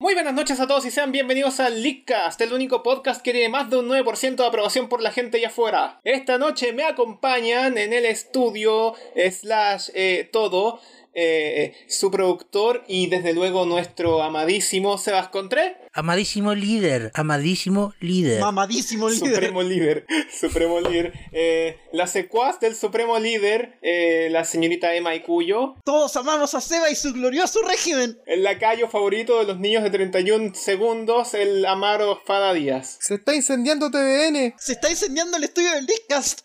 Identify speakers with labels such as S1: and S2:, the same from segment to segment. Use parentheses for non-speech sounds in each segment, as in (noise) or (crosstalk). S1: Muy buenas noches a todos y sean bienvenidos a Leakcast, el único podcast que tiene más de un 9% de aprobación por la gente allá afuera. Esta noche me acompañan en el estudio, slash, eh, todo, eh, su productor y desde luego nuestro amadísimo Sebas Contré.
S2: Amadísimo líder, amadísimo líder.
S3: Mamadísimo líder.
S1: Supremo líder, (laughs) supremo líder. Eh, la secuaz del supremo líder, eh, la señorita Emma y Cuyo.
S3: Todos amamos a Seba y su glorioso régimen.
S1: El lacayo favorito de los niños de 31 segundos, el Amaro Fada Díaz.
S4: Se está incendiando TVN.
S3: Se está incendiando el estudio del Discast.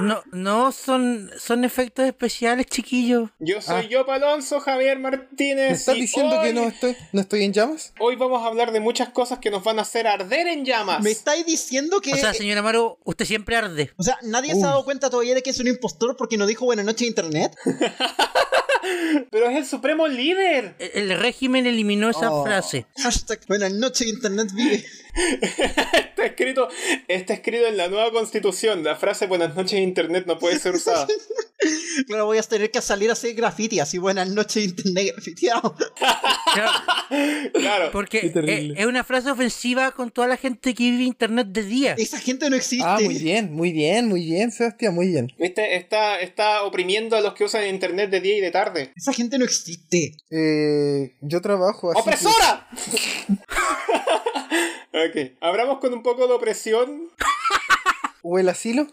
S2: No, no, son, son efectos especiales, chiquillos.
S1: Yo soy yo, Palonso, Javier Martínez.
S4: Ah. ¿Me estás
S1: y
S4: diciendo que
S1: hoy-
S4: no estoy, no estoy en llamas?
S1: Hoy vamos a hablar de muchas cosas que nos van a hacer arder en
S4: Ah.
S1: llamas.
S3: Me estáis diciendo que.
S2: O sea, señor Amaro, usted siempre arde.
S3: O sea, nadie se
S4: Uy.
S3: ha dado cuenta todavía de que es un impostor porque no dijo buenas noches
S4: (laughs)
S3: internet.
S1: Pero es el supremo líder.
S2: E-, El, el régimen eliminó esa
S4: Oh.
S2: frase.
S3: Hashtag buenas noches internet vive.
S1: Está escrito, está escrito en la nueva constitución. La frase buenas noches internet no puede ser usada.
S4: (laughs)
S3: Claro, voy a tener que salir a hacer graffiti, así buenas noches internet
S4: (laughs)
S3: grafiteado.
S2: Claro,
S1: Claro.
S2: porque
S4: Qué
S2: eh,
S4: terrible.
S2: es una frase ofensiva con toda la gente que vive internet de día.
S3: Esa gente no existe.
S4: Ah, muy bien, muy bien, muy bien, Sebastián, muy bien.
S1: ¿Viste? Está, está oprimiendo a los que usan internet de día y de tarde.
S3: Esa gente no existe.
S4: Eh, yo trabajo así. que-
S1: ¡Opresora! (laughs) ok. Abramos con un poco de opresión. (laughs)
S4: ¿O el asilo?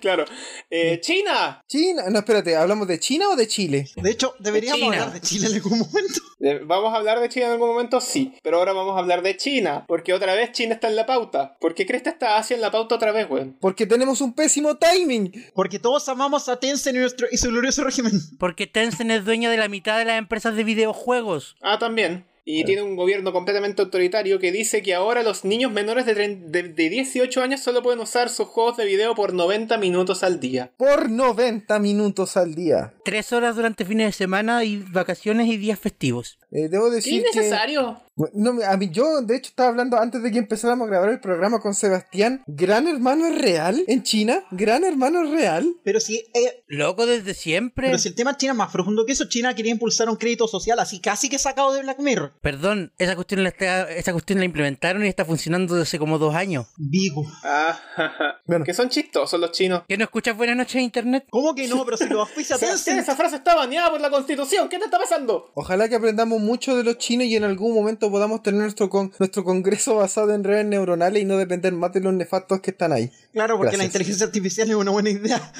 S1: claro. Eh, China.
S4: China. No, espérate, ¿hablamos de China o de Chile?
S3: De hecho, deberíamos
S2: China.
S3: hablar de Chile en algún momento.
S1: Eh, ¿Vamos a hablar de China en algún momento? Sí. Pero ahora vamos a hablar de China. Porque otra vez China está en la pauta. ¿Por qué Cresta está Asia en la pauta otra vez, weón?
S4: Porque tenemos un pésimo timing.
S3: Porque todos amamos a Tencent y, nuestro, y su glorioso régimen.
S2: Porque Tencent es dueño de la mitad de las empresas de videojuegos.
S1: Ah, también. Y tiene un gobierno completamente autoritario que dice que ahora los niños menores de, tre- de, de 18 años solo pueden usar sus juegos de video por 90 minutos al día.
S4: Por 90 minutos al día.
S2: Tres horas durante fines de semana y vacaciones y días festivos.
S4: Eh, debo
S1: ¡Qué
S4: decir que...
S1: innecesario!
S4: No, me- a mí, yo de hecho estaba hablando antes de que empezáramos a grabar el programa con Sebastián. ¿Gran hermano es real en China? ¿Gran hermano es real?
S3: Pero si eh,
S2: Loco desde siempre.
S3: Pero si el tema de China es más profundo que eso, China quería impulsar un crédito social así casi que sacado de Black Mirror.
S2: Perdón, esa cuestión, la está- esa cuestión la implementaron y está funcionando desde hace como dos años.
S3: Vigo.
S1: Ah, (laughs) jaja.
S4: Bueno.
S1: Que son chistosos los chinos.
S2: ¿Qué no escuchas buenas noches en internet?
S3: ¿Cómo que no? Pero si (laughs) lo auspicia
S1: Sebastián,
S3: Tencent.
S1: esa frase está baneada por la constitución. ¿Qué te está pasando?
S4: Ojalá que aprendamos mucho de los chinos y en algún momento podamos tener nuestro, con- nuestro congreso (laughs) basado en redes neuronales y no depender más de los nefastos que están ahí.
S3: Claro, porque la
S4: Gracias.
S3: inteligencia artificial es una buena (laughs) idea.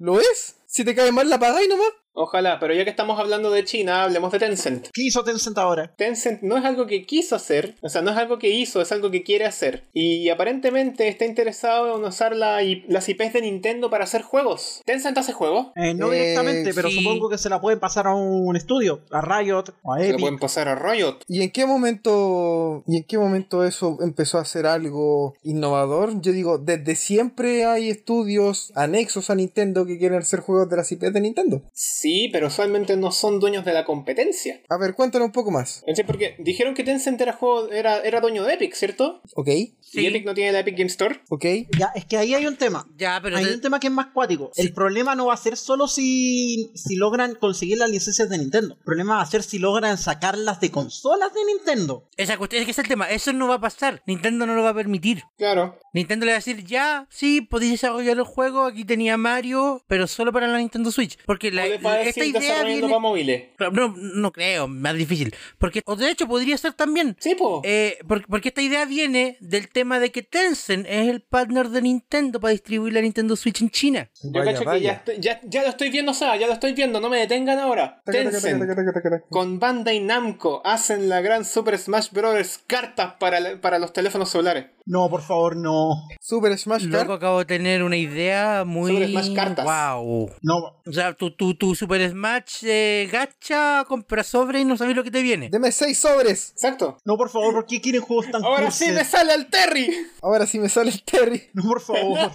S4: ¿Lo es? Si te cae mal la pagáis nomás.
S1: Ojalá, pero ya que estamos hablando de China, hablemos de Tencent.
S3: ¿Qué hizo Tencent ahora?
S1: Tencent no es algo que quiso hacer, o sea, no es algo que hizo, es algo que quiere hacer. Y aparentemente está interesado en usar la I- las IPs de Nintendo para hacer juegos. ¿Tencent hace juegos?
S3: Eh, no
S4: Eh,
S3: directamente, pero
S2: sí.
S3: supongo que se la pueden pasar a un estudio, a Riot, o a
S1: Se lo
S3: Epic.
S1: pueden pasar a Riot.
S4: ¿Y en qué momento y en qué momento eso empezó a ser algo innovador? Yo digo, desde siempre hay estudios anexos a Nintendo que quieren hacer juegos de las IPs de Nintendo.
S1: Sí, pero usualmente no son dueños de la competencia.
S4: A ver, cuéntanos un poco más,
S1: Es decir, porque dijeron que Tencent era, juego, era, era dueño de Epic, ¿cierto?
S4: ¿ok?
S1: Y
S2: Sí.
S1: Epic no tiene la Epic Game Store.
S4: ¿Ok?
S3: Ya, es que ahí hay un tema.
S2: Ya, pero
S3: hay
S2: te-
S3: un tema que es más cuático.
S2: Sí.
S3: El problema no va a ser solo si, si logran conseguir las licencias de Nintendo. El problema va a ser si logran sacarlas de consolas de Nintendo.
S2: esa cuestión es que ese es el tema. Eso no va a pasar. Nintendo no lo va a permitir.
S1: Claro.
S2: Nintendo le va a decir, ya, sí, podéis desarrollar el juego. Aquí tenía Mario, pero solo para la Nintendo Switch. Porque la,
S1: o les va a
S2: esta
S1: decir
S2: idea
S1: desarrollando
S2: viene...
S1: para móviles.
S2: Claro, No, no creo, más difícil. Porque, o de hecho, podría ser también.
S1: Sí, po.
S2: Eh, por- porque, esta idea viene del tema de que Tencent es el partner de Nintendo para distribuir la Nintendo Switch en China.
S1: Yo
S4: Vaya,
S1: cacho que ya,
S4: vaya.
S1: estoy- ya, ya lo estoy viendo, Seba, ya lo estoy viendo, no me detengan ahora.
S4: Taca, taca,
S1: Tencent
S4: taca, taca, taca, taca.
S1: con Bandai Namco hacen la gran Super Smash Bros. cartas para, la- para los teléfonos celulares.
S3: No, por favor, no.
S4: Super Smash Bros.
S2: Luego acabo de tener una idea muy...
S1: Sobre Smash Cartas.
S2: Wow.
S3: No,
S2: O sea, tu, tu, tu Super Smash eh, gacha, compra sobre y no sabes lo que te viene.
S4: Deme seis sobres.
S1: Exacto.
S3: No, por favor, ¿por qué quieren juegos tan
S1: Ahora sí
S3: cursis?
S1: me sale al Terry. (laughs)
S4: Ahora sí me sale el Terry.
S3: No, por favor.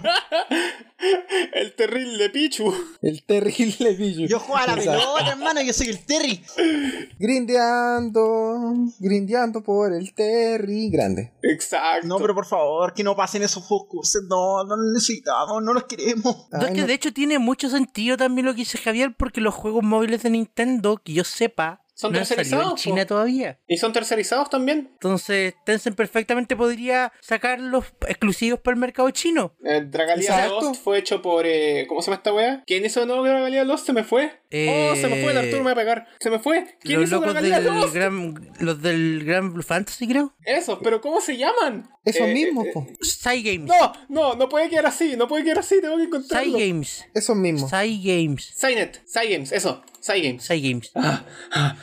S1: El terrible Pichu.
S4: El terrible Biju.
S3: Yo juego a la
S4: Exacto.
S3: pelota, hermano, yo soy el Terry.
S4: Grindeando, grindeando por el Terry. Grande.
S1: Exacto.
S3: No, pero por favor, que no pasen esos juegos cursis. No, no los necesitamos, no los queremos.
S4: Ay,
S2: No, es que
S4: no.
S2: de hecho tiene mucho sentido también lo que dice Javier, porque los juegos móviles de Nintendo, que yo sepa,
S1: ¿Son
S2: no han salido en
S1: tercerizados?
S2: China
S1: po?
S2: todavía.
S1: ¿Y son tercerizados también?
S2: Entonces, Tencent perfectamente podría sacar los exclusivos para el mercado chino.
S1: Eh, Dragalia
S4: Exacto.
S1: Lost fue hecho por. eh, ¿Cómo se llama esta wea? ¿Quién hizo de nuevo Dragalia Lost? Se me fue. Oh, se me fue, el
S2: Eh,
S1: Arturo me va a pegar. Se me fue. ¿Quién
S2: Los
S1: hizo
S2: locos
S1: Dragalia
S2: del
S1: Lost?
S2: Gran, los del Gran Blue Fantasy, creo.
S1: Eso, pero ¿cómo se llaman?
S4: Eso
S1: Eh,
S4: mismo,
S1: eh, eh,
S4: po.
S2: Cygames.
S1: No, no, no puede quedar así, no puede quedar así, tengo que encontrarlo.
S2: Cygames.
S4: Eso mismo.
S2: Cygames.
S1: Cynet, Cygames, eso, Cygames.
S2: Cygames.
S4: Ah,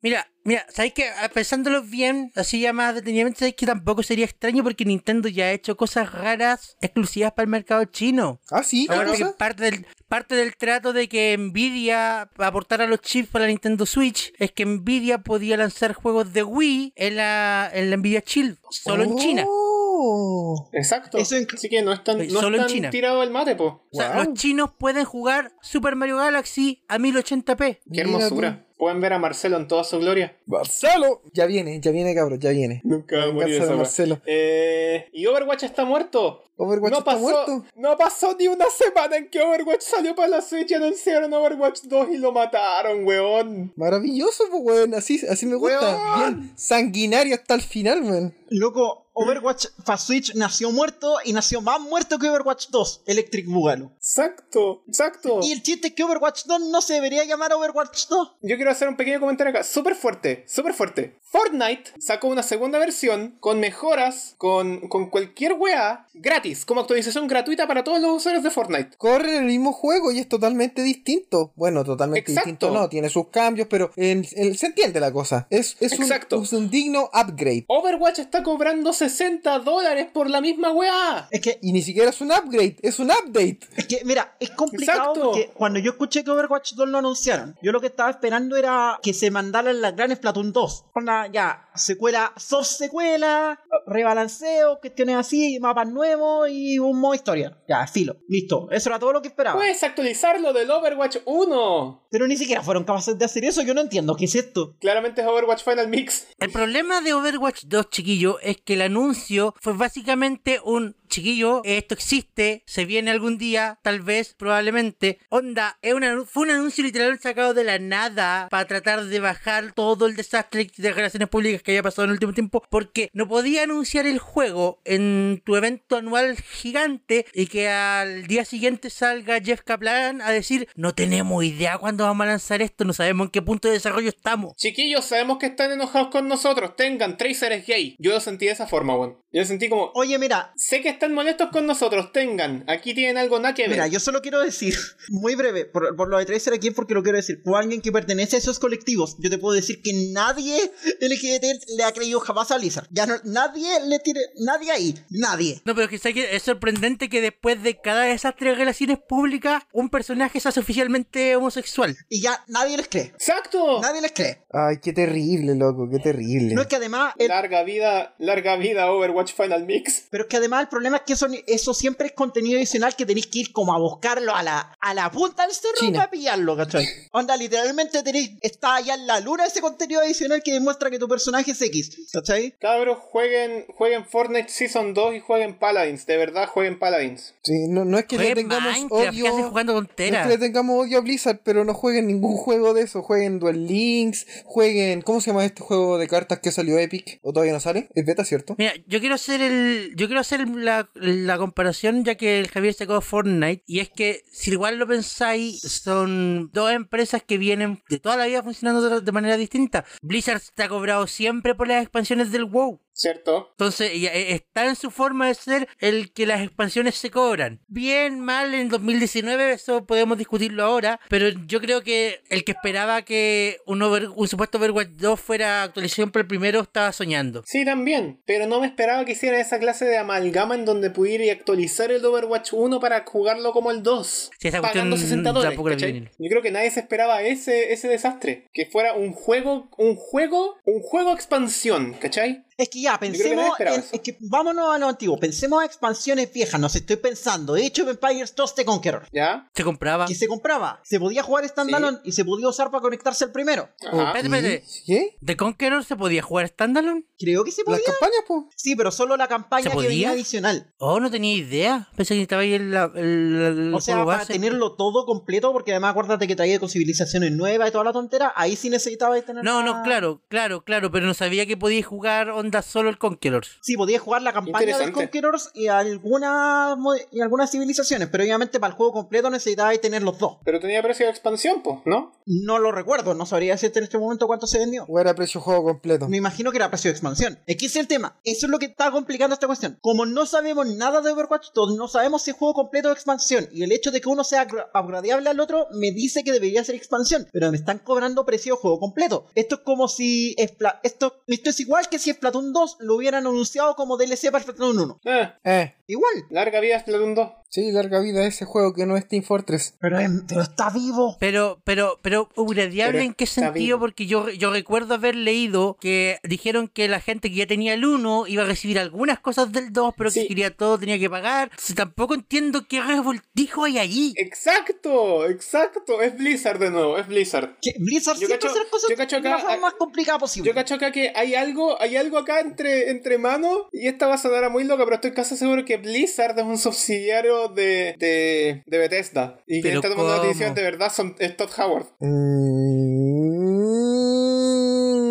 S2: Mira, mira, ¿sabes que Pensándolo bien, así ya más detenidamente, ¿sabes que tampoco sería extraño porque Nintendo ya ha hecho cosas raras exclusivas para el mercado chino?
S4: Ah, sí, ¿qué
S2: Aparte que
S4: cosa?
S2: parte del, parte del trato de que Nvidia aportara los chips para la Nintendo Switch es que Nvidia podía lanzar juegos de Wii en la, en la Nvidia Shield, solo en China.
S4: Oh.
S1: Exacto.
S3: Eso en-
S1: Así que no están,
S2: Oye,
S1: no
S2: solo en
S1: están
S2: China.
S1: tirado el mate, po.
S2: O sea,
S4: Oh, Wow.
S2: los chinos pueden jugar Super Mario Galaxy a 1080p.
S1: Qué
S4: Mira
S1: hermosura. Pueden ver a Marcelo en toda su gloria.
S4: Marcelo. Ya viene, ya viene, cabrón, ya viene.
S1: Nunca va a morir
S4: Venganza de
S1: esa wea.
S4: Marcelo.
S1: Eh, y Overwatch está muerto.
S4: Overwatch
S1: no
S4: está
S1: pasó,
S4: muerto.
S1: No pasó ni una semana en que Overwatch salió para la Switch y anunciaron Overwatch 2 y lo mataron, weón.
S4: Maravilloso, pues, weón. Así, así me gusta.
S1: Weón.
S4: Bien sanguinario hasta el final, weón.
S3: Loco, Overwatch para Switch nació muerto y nació más muerto que Overwatch 2, Electric Boogaloo.
S1: Exacto, exacto.
S3: Y el chiste es que Overwatch 2 no se debería llamar Overwatch 2.
S1: Yo quiero hacer un pequeño comentario acá, súper fuerte, súper fuerte. Fortnite sacó una segunda versión con mejoras, con, con cualquier weá, gratis, como actualización gratuita para todos los usuarios de Fortnite.
S4: Corre el mismo juego y es totalmente distinto. Bueno, totalmente
S1: Exacto.
S4: distinto no, tiene sus cambios, pero en- en- se entiende la cosa. Es, es, un,
S1: Exacto.
S4: es un digno upgrade.
S1: Overwatch está cobrando 60 dólares por la misma weá.
S3: Es que,
S4: Y ni siquiera es un upgrade, es un update.
S3: es que mira, es complicado
S1: Exacto.
S3: porque cuando yo escuché que Overwatch 2 lo anunciaron, yo lo que estaba esperando era que se mandaran las gran Splatoon 2. Una ya, secuela, soft secuela, rebalanceo, cuestiones así, mapas nuevos y un modo historia. Ya, filo, listo. Eso era todo lo que esperaba.
S1: Puedes actualizarlo del Overwatch 1.
S3: Pero ni siquiera fueron capaces de hacer eso, yo no entiendo qué es esto.
S1: Claramente es Overwatch Final Mix.
S2: El problema de Overwatch 2, chiquillo, es que el anuncio fue básicamente un chiquillo, esto existe, se viene algún día, tal vez, probablemente. Onda, es un anu- fue un anuncio literal sacado de la nada para tratar de bajar todo el desastre de relaciones públicas que había pasado en el último tiempo, porque no podía anunciar el juego en tu evento anual gigante y que al día siguiente salga Jeff Kaplan a decir, no tenemos idea cuándo vamos a lanzar esto, no sabemos en qué punto de desarrollo estamos.
S1: Chiquillos, sabemos que están enojados con nosotros. Tengan, Tracer es gay. Yo lo sentí de esa forma, weón. Yo lo sentí como...
S3: Oye, mira,
S1: Sé que están molestos con nosotros, tengan. Aquí tienen algo nada que ver.
S3: Mira, yo solo quiero decir, (laughs) muy breve, por, por lo de Tracer aquí es porque lo quiero decir, como alguien que pertenece a esos colectivos, yo te puedo decir que nadie LGBT le ha creído jamás a Blizzard. Ya no, nadie le tiene, nadie ahí, nadie.
S2: No, pero que sé que es sorprendente que después de cada desastre de relaciones públicas, un personaje se hace oficialmente homosexual.
S3: Y ya nadie les cree.
S1: ¡Exacto!
S3: Nadie les cree.
S4: Ay, qué terrible, loco, qué terrible.
S3: No es que además, el-
S1: Larga vida, larga vida Overwatch Final Mix.
S3: pero es que además el problema es que eso, ni- eso siempre es contenido adicional que tenéis que ir como a buscarlo a la, a la punta del cerro
S4: China.
S3: para pillarlo, ¿cachai? Onda, literalmente tenéis, está allá en la luna ese contenido adicional que demuestra que tu personaje es X, ¿cachai?
S1: Cabros, jueguen, jueguen Fortnite Season 2 y jueguen Paladins. De verdad, jueguen Paladins.
S4: Sí, no, no es que le
S2: Oye,
S4: tengamos
S2: Minecraft, ¿qué
S4: odio.
S2: haces jugando
S4: No es
S2: tonteras?
S4: que le tengamos odio a Blizzard, pero no jueguen ningún juego de eso. Jueguen Duel Links, jueguen. ¿Cómo se llama este juego de cartas que salió Epic? ¿O todavía no sale? Es beta, ¿cierto?
S2: Mira, yo quiero hacer el, yo quiero hacer la, la comparación ya que el Javier sacó Fortnite y es que si igual lo pensáis son dos empresas que vienen de toda la vida funcionando de, de manera distinta. Blizzard está cobrado siempre por las expansiones del WoW.
S1: ¿Cierto?
S2: Entonces ella, eh, está en su forma de ser el que las expansiones se cobran. Bien, mal en 2019, eso podemos discutirlo ahora, pero yo creo que el que esperaba que un, over- un supuesto Overwatch 2 fuera actualización para el primero estaba soñando.
S1: Sí, también. Pero no me esperaba que hicieran esa clase de amalgama en donde pudiera actualizar el Overwatch 1 para jugarlo como el 2.
S2: Sí, esa cuestión
S1: pagando 60 dólares.
S2: tampoco la
S1: ¿cachai?
S2: vi venir.
S1: Yo creo que nadie se esperaba ese, ese desastre. Que fuera un juego, un juego, un juego expansión, ¿cachai?
S3: Es que ya,
S1: creo que nadie
S3: pensemos.
S1: esperaba
S3: en-
S1: eso.
S3: es que vámonos a lo antiguo. Pensemos a expansiones viejas. Nos estoy pensando. De hecho, Empires 2 The Conqueror.
S1: ¿Ya?
S2: Se compraba.
S3: Que se compraba. Se podía jugar standalone y se podía usar para conectarse al primero.
S1: Ajá.
S2: Espérate, espérate.
S4: ¿Qué?
S2: ¿De Conqueror se podía jugar standalone?
S3: Creo que se
S4: ¿Las
S3: podía.
S4: campañas, po?
S3: Sí, pero solo la
S2: ¿Se
S3: campaña que
S2: podía?
S3: venía adicional.
S2: Oh, no tenía idea. Pensé que estaba ahí el, la- el, el
S3: O sea,
S2: juego
S3: para
S2: base.
S3: tenerlo todo completo, porque además acuérdate que traía con civilizaciones nuevas y toda la tontera, ahí sí necesitabas tener...
S2: No,
S3: la-
S2: no, claro, claro, claro, pero no sabía que podía jugar onda solo el Conqueror.
S3: Sí, podías jugar la campaña de
S1: Interesante.
S3: Conquerors y algunas mo- y algunas civilizaciones, pero obviamente para el juego completo necesitabas tener los dos.
S1: Pero tenía precio de expansión, pues, ¿no?
S3: No lo recuerdo, no sabría decirte en este momento cuánto se vendió.
S4: ¿O era precio juego completo?
S3: Me imagino que era precio de expansión. Es que ese es el tema. Eso es lo que está complicando esta cuestión. Como no sabemos nada de Overwatch 2, no sabemos si es juego completo o expansión. Y el hecho de que uno sea upgra- upgradeable al otro me dice que debería ser expansión. Pero me están cobrando precio de juego completo. Esto es como si. Spla- Esto, esto es igual que si Splatoon 2 lo hubieran anunciado como DLC para Splatoon 1.
S1: Eh,
S4: Eh,
S3: Igual.
S1: larga vida Splatoon 2.
S4: sí, larga vida a ese juego que no es Team Fortress.
S3: Pero, es- pero está vivo.
S2: Pero, pero, pero, upgradeable
S1: Pero
S2: en qué
S1: está
S2: sentido,
S1: vivo.
S2: porque yo, yo recuerdo haber leído que dijeron que la gente que ya tenía el 1 iba a recibir algunas cosas del 2, pero que
S1: Sí.
S2: si quería todo tenía que pagar. Entonces, tampoco entiendo qué revoltijo hay allí.
S1: Eh. Exacto, exacto. Es Blizzard de nuevo, es Blizzard.
S3: Que Blizzard
S1: Yo
S3: siempre
S1: cacho-
S3: hace las cosas
S1: yo cacho
S3: de
S1: acá- ah,
S3: la forma más complicada posible.
S1: Yo cacho acá que hay algo, hay algo acá entre, entre manos, y esta va a sonar a muy loca, pero estoy casi seguro que Blizzard es un subsidiario de, de, de Bethesda. Y que
S2: Pero
S1: está tomando las
S2: ¿cómo?
S1: decisiones de verdad son, es Todd Howard. (laughs)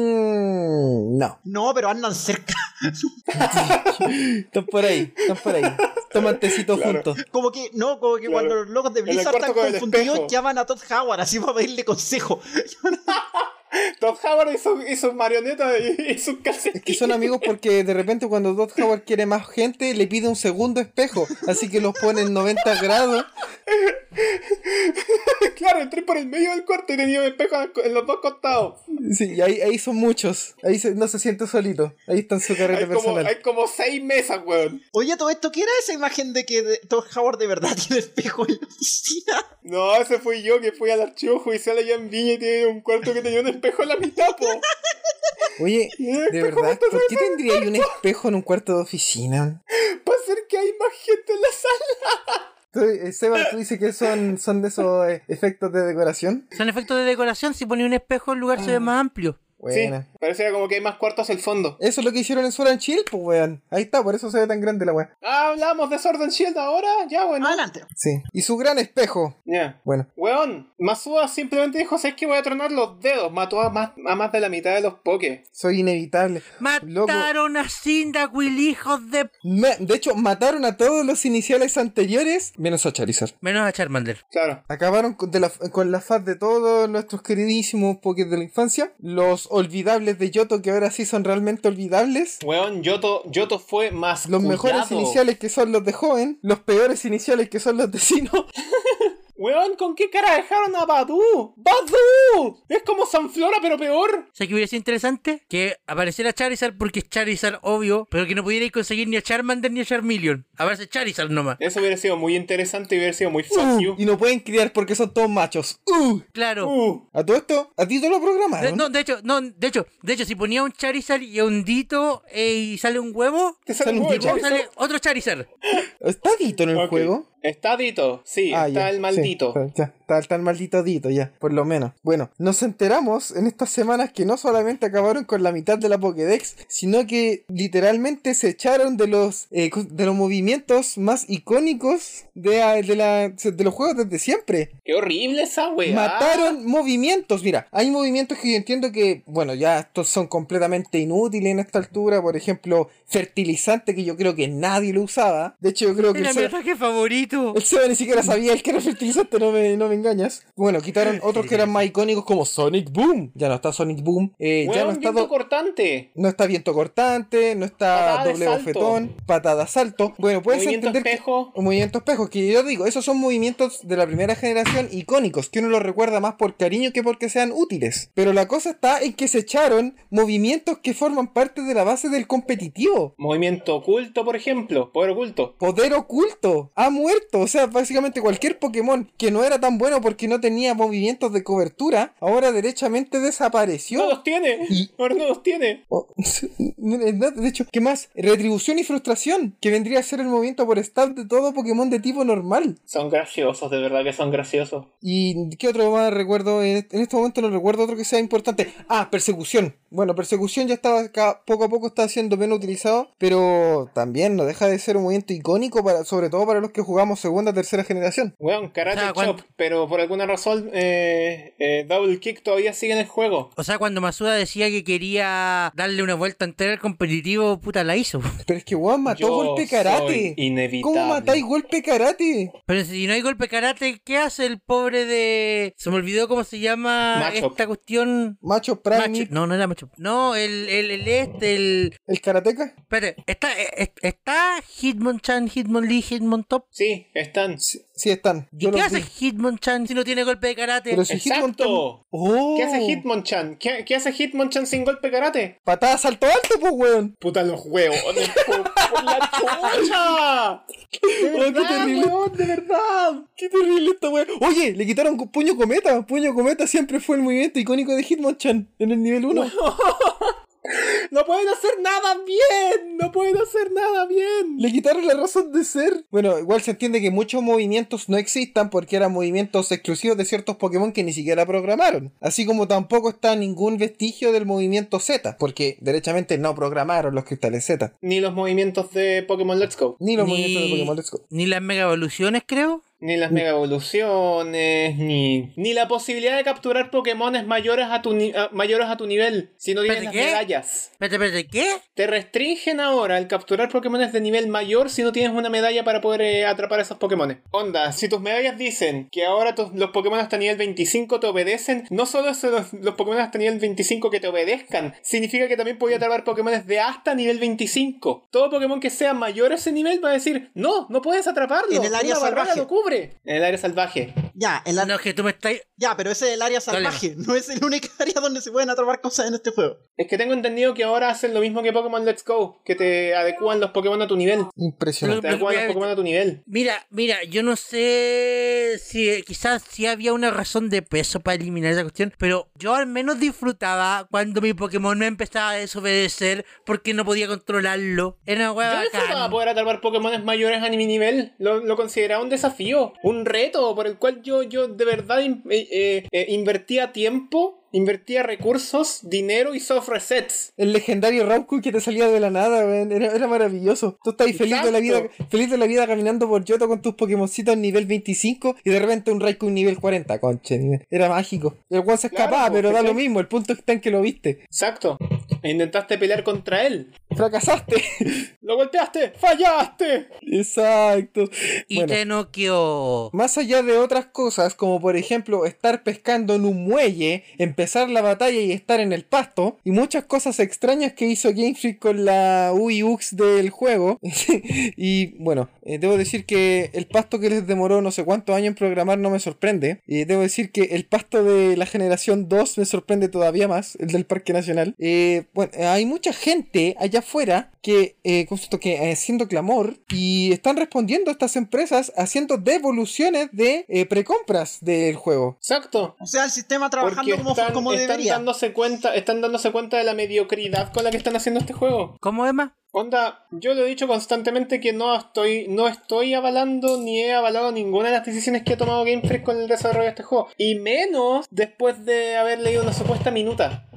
S4: Mm, no.
S3: No, pero andan cerca.
S4: Están por ahí, están por ahí. Toman tecito
S1: Claro.
S4: juntos.
S3: Como que, no, como que
S1: Claro.
S3: cuando los locos de
S1: En el
S3: Blizzard
S1: cuarto
S3: están
S1: con el
S3: confundidos,
S1: espejo.
S3: llaman a Todd Howard así para pedirle consejo.
S1: Todd Howard hizo, hizo marionetas y, y sus calcetines.
S4: Es que son amigos porque de repente cuando Dot Howard quiere más gente, le pide un segundo espejo. Así que los pone en 90 grados.
S1: (laughs) Claro, entré por el medio del cuarto y tenía un espejo en los dos costados.
S4: Sí, y ahí, ahí son muchos. Ahí se- no se siente solito. Ahí está en su carrete
S1: Hay como,
S4: personal.
S1: hay como seis mesas, weón.
S3: Oye, todo esto, ¿qué era esa imagen de que de- Todd Howard de verdad (laughs) tiene espejo en la oficina?
S1: No, ese fui yo que fui al archivo judicial allá en Viña y tiene un cuarto que tenía un espejo en la mitad, po. (laughs)
S4: Oye,
S1: este
S4: de verdad, ¿por qué tendría ahí un espejo en un cuarto de
S1: (laughs)
S4: oficina?
S1: Para hacer que hay más gente en la sala.
S4: Tú, eh, Seba, tú dices que son, son de esos eh, efectos de decoración.
S2: Son efectos de decoración, si ponía un espejo el lugar se ve
S1: Ah.
S2: más amplio.
S4: Bueno.
S1: Sí, parecía como que hay más cuartos al fondo.
S4: Eso es lo que hicieron en Soran Chill, pues weón. Ahí está, por eso se ve tan grande la weá.
S1: Ah, hablamos de Sword and Shield ahora, ya, bueno.
S3: Adelante.
S4: Sí. Y su gran espejo.
S1: Ya.
S4: Bueno.
S1: Weón, Masuda simplemente dijo, ¿sabes que voy a tronar los dedos? Mató a más, a más de la mitad de los pokés.
S4: Soy inevitable. Loco.
S2: Mataron a Cyndaquil, hijos de... p-
S4: Me- de hecho, mataron a todos los iniciales anteriores, menos a Charizard.
S2: Menos a Charmander.
S1: Claro.
S4: Acabaron con, de la, con la faz de todos nuestros queridísimos Pokés de la infancia. Los olvidables de Yoto, que ahora sí son realmente olvidables.
S1: Weón, Yoto, Yoto fue más
S4: Los mejores iniciales que son los de joven. Los peores iniciales que son los de Sino.
S1: Weón, ¿con qué cara dejaron a Badu? ¡Badu! Es como Sanflora, pero peor.
S2: O sea, que hubiera sido interesante que apareciera Charizard, porque es Charizard, obvio, pero que no pudierais conseguir ni a Charmander ni a Charmeleon. Aparece Charizard nomás.
S1: Eso hubiera sido muy interesante y hubiera sido muy fuck you.
S4: Uh, y no pueden criar porque son todos machos. Uh.
S2: Claro.
S1: Uh,
S4: A todo esto, a ti te lo
S2: De-
S4: programaron.
S2: Eh, no, de hecho, no, de hecho, de hecho, si ponía un Charizard y un Dito eh, y sale un huevo,
S1: te sale
S4: Sale un
S1: un huevo,
S4: huevo,
S2: luego
S1: Charizard.
S2: sale otro Charizard.
S4: ¿Está Dito en el
S1: Ok.
S4: juego?
S1: Está Dito, sí,
S4: Ah,
S1: está
S4: ya,
S1: el
S4: sí,
S1: maldito.
S4: está- ya, está, está el maldito Dito, ya, por lo menos. Bueno, nos enteramos en estas semanas que no solamente acabaron con la mitad de la Pokédex, sino que literalmente se echaron de los, eh, co- de los movimientos más icónicos de, ah, de, la- de los juegos desde siempre.
S1: Qué horrible esa weá.
S4: Mataron movimientos, mira, hay movimientos que yo entiendo que, bueno, ya estos son completamente inútiles en esta altura, por ejemplo, fertilizante que yo creo que nadie lo usaba, de hecho yo creo que...
S2: Era
S4: el
S2: mi
S4: ser-
S2: ataque favorito.
S4: el Seba ni siquiera sabía el que era fertilizante, no me, no me engañas.
S1: (laughs)
S4: Bueno, quitaron otros que eran más icónicos como Sonic Boom. Ya no está Sonic Boom. eh,
S1: Weón,
S4: ya no
S1: viento
S4: está, do-
S1: cortante.
S4: no está viento cortante, no está
S1: Patada de
S4: doble
S1: salto.
S4: bofetón, patada salto. Bueno, puedes
S1: Movimiento
S4: entender. que-
S1: espejo.
S4: un movimiento espejo, que yo digo, esos son movimientos de la primera generación icónicos, que uno los recuerda más por cariño que porque sean útiles. Pero la cosa está en que se echaron movimientos que forman parte de la base del competitivo.
S1: Movimiento oculto, por ejemplo. Poder oculto.
S4: Poder oculto ha muerto. O sea, básicamente cualquier Pokémon que no era tan bueno porque no tenía movimientos de cobertura, ahora derechamente desapareció.
S1: No los tiene. (laughs)
S4: Y-
S1: Ahora no los tiene.
S4: O- (laughs) de hecho, ¿qué más? Retribución y frustración, que vendría a ser el movimiento por stab de todo Pokémon de tipo normal.
S1: Son graciosos, de verdad que son graciosos.
S4: ¿Y qué otro más recuerdo? En en este momento no recuerdo otro que sea importante. Ah, persecución. Bueno, persecución ya estaba acá, poco a poco está siendo menos utilizado, pero también no deja de ser un movimiento icónico, para, sobre todo para los que jugamos segunda, tercera generación.
S1: Weón, Karate
S2: Ah,
S1: Chop,
S2: ¿cuánto?
S1: pero por alguna razón eh, eh, Double Kick todavía sigue en el juego.
S2: O sea, cuando Masuda decía que quería darle una vuelta entera al competitivo, puta, la hizo.
S4: Pero es que, weón, mató
S1: Yo soy
S4: golpe karate.
S1: inevitable.
S4: ¿Cómo matáis golpe karate?
S2: Pero si no hay golpe karate, ¿qué hace el pobre de... Se me olvidó cómo se llama
S1: Macho.
S2: esta cuestión...
S4: Macho Prime,
S2: Macho- No, no era macho. No, el, el, el este, el...
S4: el karateca.
S2: Espérate, ¿está, eh, está Hitmonchan, Hitmonlee, Hitmontop?
S1: Sí, están.
S4: Sí, están.
S2: ¿Y
S4: Yo
S2: qué
S4: los
S2: hace
S4: vi.
S2: Hitmonchan si no tiene golpe de karate?
S4: Pero si Hitmon-
S1: ¡Exacto!
S4: ¡Oh!
S1: ¿Qué hace Hitmonchan? ¿Qué, qué hace Hitmonchan sin golpe karate?
S4: Patada salto alto, pues, weón.
S1: Puta los huevos. por, (laughs) por la chucha.
S4: Oh, qué terrible. de verdad. Qué terrible esta weón. Oye, le quitaron cu- puño cometa. Puño cometa siempre fue el movimiento icónico de Hitmonchan en el nivel (laughs) 1.
S1: No pueden hacer nada bien. No pueden hacer nada bien.
S4: Le quitaron la razón de ser. Bueno, igual se entiende que muchos movimientos no existan porque eran movimientos exclusivos de ciertos Pokémon que ni siquiera programaron. Así como tampoco está ningún vestigio del movimiento Z, porque derechamente no programaron los cristales Z.
S1: Ni los movimientos de Pokémon Let's Go.
S4: Ni los movimientos de Pokémon Let's Go.
S2: Ni las mega evoluciones, creo.
S1: Ni las mega evoluciones. Ni. Ni la posibilidad de capturar Pokémones mayores a tu, ni- a- mayores a tu nivel. Si no tienes
S2: ¿Pero
S1: las
S2: qué?
S1: medallas.
S2: Espérate, espérate, ¿qué?
S1: Te restringen ahora el capturar Pokémones de nivel mayor si no tienes una medalla para poder eh, atrapar a esos Pokémones. Onda, si tus medallas dicen que ahora tus- los Pokémon hasta nivel 25 te obedecen, no solo es los, los Pokémon hasta nivel 25 que te obedezcan, significa que también podía atrapar Pokémones de hasta nivel 25. Todo Pokémon que sea mayor a ese nivel va a decir, no, no puedes atraparlo.
S3: En el área
S1: una barrera
S3: salvaje.
S1: lo cubre. En el área salvaje.
S3: Ya, el ar-
S2: No, es que tú me estás...
S3: ya, pero ese es el área salvaje, no es el único (laughs) área donde se pueden atrapar cosas en este juego.
S1: Es que tengo entendido que ahora hacen lo mismo que Pokémon Let's Go, que te adecúan los Pokémon a tu nivel.
S4: Impresionante.
S1: Te adecúan los Pokémon a tu nivel.
S2: Mira, mira, yo no sé si quizás si había una razón de peso para eliminar esa cuestión, pero yo al menos disfrutaba cuando mi Pokémon me empezaba a desobedecer porque no podía controlarlo. Era una
S1: Yo
S2: hueá
S1: disfrutaba
S2: bacán.
S1: poder atrapar Pokémones mayores a mi nivel. Lo, lo consideraba un desafío, un reto por el cual yo, yo de verdad in- eh, eh, eh, invertía tiempo, invertía recursos, dinero y soft resets.
S4: El legendario Rauku que te salía de la nada, weón. Era, era maravilloso. Tú estás feliz de, la vida,
S1: Exacto.
S4: feliz de la vida caminando por Yoto con tus Pokémoncitos nivel 25 y de repente un Raikun nivel 40, conche. Era mágico. El one se
S1: Claro,
S4: escapaba,
S1: pues,
S4: pero da lo
S1: ¿cachai?
S4: mismo. El punto está en que lo viste.
S1: Exacto. E Intentaste pelear contra él.
S4: Fracasaste. (laughs)
S1: Lo golpeaste. Fallaste.
S4: Exacto.
S2: Y
S4: Bueno.
S2: te noqueó.
S4: Más allá de otras cosas, como por ejemplo estar pescando en un muelle, empezar la batalla y estar en el pasto, y muchas cosas extrañas que hizo Game Freak con la UI UX del juego. y bueno, eh, debo decir que el pasto que les demoró no sé cuántos años en programar no me sorprende. Y debo decir que el pasto de la generación 2 me sorprende todavía más, el del Parque Nacional. Eh, bueno, eh, hay mucha gente allá afuera que, eh, ¿cómo se llama? que eh, haciendo clamor y están respondiendo a estas empresas haciendo devoluciones de eh, precompras del juego.
S1: Exacto.
S3: O sea, el sistema trabajando
S1: Porque
S3: como,
S1: están,
S3: como
S1: están
S3: debería.
S1: dándose cuenta, están dándose cuenta de la mediocridad con la que están haciendo este juego.
S2: ¿Cómo, Emma?
S1: Onda, yo lo he dicho constantemente que no estoy, no estoy avalando ni he avalado ninguna de las decisiones que ha tomado Game Freak con el desarrollo de este juego. Y menos después de haber leído una supuesta minuta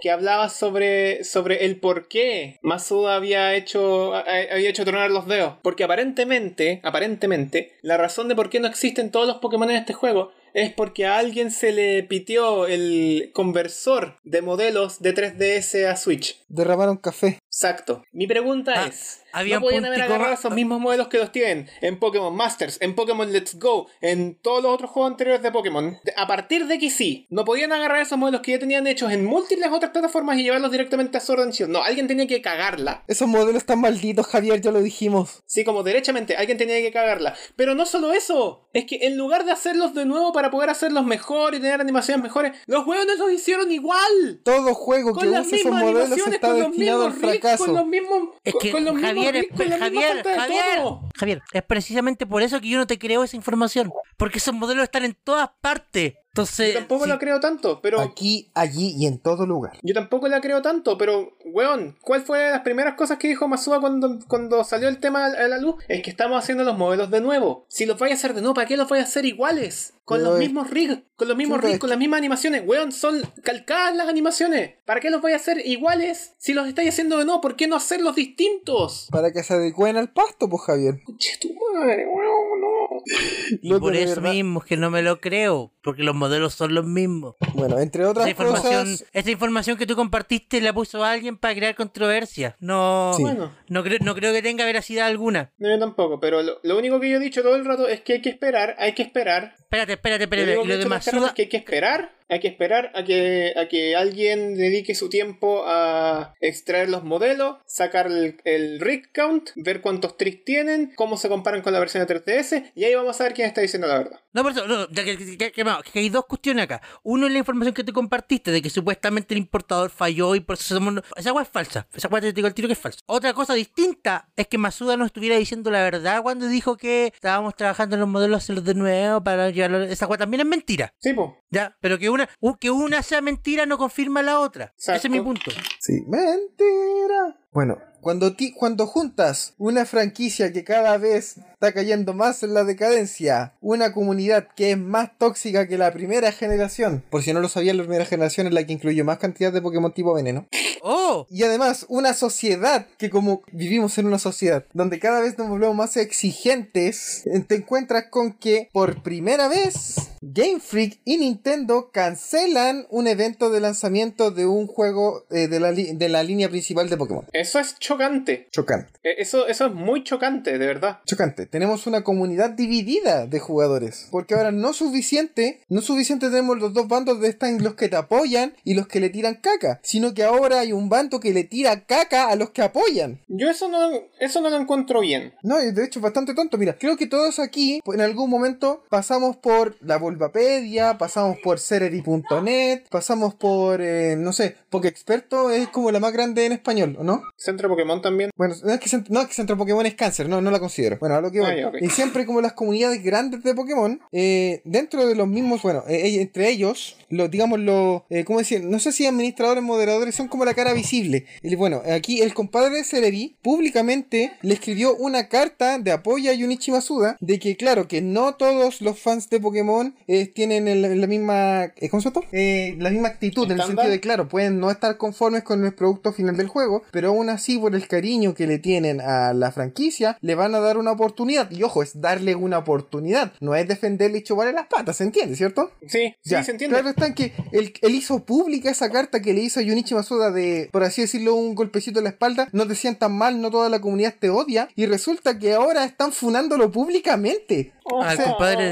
S1: que hablaba sobre, sobre el por qué Masuda había hecho, a- a- había hecho tronar los dedos. Porque aparentemente, aparentemente, la razón de por qué no existen todos los Pokémon en este juego es porque a alguien se le pitió el conversor de modelos de 3DS a Switch.
S4: Derramaron café.
S1: Exacto. Mi pregunta
S2: Ah,
S1: es,
S2: había
S1: ¿no
S2: un
S1: podían haber
S2: puntico
S1: agarrado
S2: ra-
S1: esos mismos modelos que los tienen en Pokémon Masters, en Pokémon Let's Go, en todos los otros juegos anteriores de Pokémon? A partir de que sí, no podían agarrar esos modelos que ya tenían hechos en múltiples otras plataformas y llevarlos directamente a Sword and Shield. No, alguien tenía que cagarla.
S4: Esos modelos están malditos, Javier, ya lo dijimos.
S1: Sí, como derechamente, alguien tenía que cagarla. Pero no solo eso, es que en lugar de hacerlos de nuevo para poder hacerlos mejor y tener animaciones mejores, los huevones los hicieron igual.
S4: Todo juego que
S1: Con las
S4: use esos
S1: mismas
S4: modelos
S1: animaciones,
S4: está
S1: con los
S4: destinado al
S1: mismos riffs,
S4: fracaso.
S1: con los mismos,
S2: Es
S1: con-
S2: que,
S1: con los mismos
S2: Javier,
S1: riffs, con la misma
S2: Javier,
S1: falta de
S2: Javier,
S1: tono.
S2: Javier, es precisamente por eso que yo no te creo esa información. Porque esos modelos están en todas partes. Entonces,
S1: Yo tampoco
S2: si-
S1: la creo tanto, pero.
S4: Aquí, allí y en todo lugar.
S1: Yo tampoco la creo tanto, pero, weón, ¿cuál fue de las primeras cosas que dijo Masuda cuando, cuando salió el tema a la luz? Es que estamos haciendo los modelos de nuevo. Si los vais a hacer de nuevo, ¿para qué los vais a hacer iguales? Con
S4: Pero
S1: los
S4: es-
S1: mismos rigs, con los mismos
S4: Chuta,
S1: rigs,
S4: es
S1: con las mismas animaciones. Weón, son calcadas las animaciones. ¿Para qué los vais a hacer iguales si los estáis haciendo de nuevo? ¿Por qué no hacerlos distintos?
S4: Para que se adecuen al pasto, pues Javier.
S1: Che, tu madre, weón, no.
S2: y
S4: Loco,
S2: por
S4: de
S2: eso
S4: verdad.
S2: mismo es que no me lo creo. Porque los modelos son los mismos.
S4: Bueno, entre
S2: Esa
S4: otras
S2: información,
S4: cosas.
S2: esa información que tú compartiste la puso alguien para crear controversia. No,
S4: Sí.
S1: Bueno.
S2: no, creo, no creo que tenga veracidad alguna.
S1: No, yo tampoco, pero lo, lo único que yo he dicho todo el rato es que hay que esperar, hay que esperar
S2: Espérate, espérate,
S1: Yo
S2: espérate.
S1: digo
S2: Y
S1: que
S2: lo
S1: esto de
S2: de
S1: las cartas
S2: Matsuda-
S1: es que hay que esperar, hay que esperar a que, a que alguien dedique su tiempo a extraer los modelos, sacar el, el rig count, ver cuántos tricks tienen, cómo se comparan con la versión de 3DS, y ahí vamos a ver quién está diciendo la verdad.
S2: No, por eso, no, ya que, que- que- que- que hay dos cuestiones acá. Uno es la información que tú compartiste de que supuestamente el importador falló y por eso somos... Esa agua es falsa. Esa agua te digo el tiro que es falsa. Otra cosa distinta es que Masuda no estuviera diciendo la verdad cuando dijo que estábamos trabajando en los modelos hacerlos de nuevo para llevarlo... Esa agua también es mentira.
S1: Sí, po.
S2: Ya, pero que una, u- que una sea mentira no confirma la otra. Ese
S1: Exacto.
S2: es mi punto.
S4: Sí, mentira. Bueno, cuando, ti, cuando juntas una franquicia que cada vez está cayendo más en la decadencia, una comunidad que es más tóxica que la primera generación, por si no lo sabían, la primera generación es la que incluyó más cantidad de Pokémon tipo veneno,
S2: ¡Oh!
S4: y además una sociedad que como vivimos en una sociedad donde cada vez nos volvemos más exigentes, eh, te encuentras con que por primera vez Game Freak y Nintendo cancelan un evento de lanzamiento de un juego eh, de, la li- de la línea principal de Pokémon.
S1: Eso es chocante.
S4: Chocante.
S1: E- Eso, eso es muy chocante, de verdad.
S4: Chocante, tenemos una comunidad dividida de jugadores, porque ahora no suficiente, no suficiente tenemos los dos bandos de están los que te apoyan y los que le tiran caca, sino que ahora hay un bando que le tira caca a los que apoyan.
S1: Yo eso no, eso no lo encuentro bien.
S4: No, y de hecho es bastante tonto. Mira, creo que todos aquí en algún momento pasamos por la Volvapedia, pasamos por Cerery.net, pasamos por, eh, no sé, porque Experto es como la más grande en español, ¿o no?
S1: Centro Pokémon también.
S4: Bueno, no es que, cent- no, es que Centro Pokémon es cáncer, no, no la considero. Bueno, a lo que voy.
S1: Ah, ya, ok.
S4: Y siempre como las comunidades grandes de Pokémon, eh, dentro de los mismos, bueno, eh, eh, entre ellos, los, digamos, los, eh, ¿cómo decir? No sé si administradores, moderadores, son como la cara visible. Y bueno, aquí el compadre de Celebi públicamente le escribió una carta de apoyo a Yunichi Masuda de que, claro, que no todos los fans de Pokémon eh, tienen el- la misma, eh, ¿cómo se llama? Eh, la misma actitud, en el
S1: ¿Estándar?
S4: sentido de, claro, pueden no estar conformes con el producto final del juego, pero aún así por el cariño que le tienen a la franquicia, le van a dar una oportunidad. Y ojo, es darle una oportunidad, no es defenderle y chuparle las patas, ¿se entiende, cierto?
S1: Sí, sí,
S4: Ya,
S1: se entiende.
S4: Claro está en que él, él hizo pública esa carta que le hizo a Yunichi Masuda de, por así decirlo, un golpecito en la espalda, no te sientas mal, no toda la comunidad te odia, y resulta que ahora están funándolo públicamente.
S1: Oh,
S2: Al
S1: oh,
S2: compadre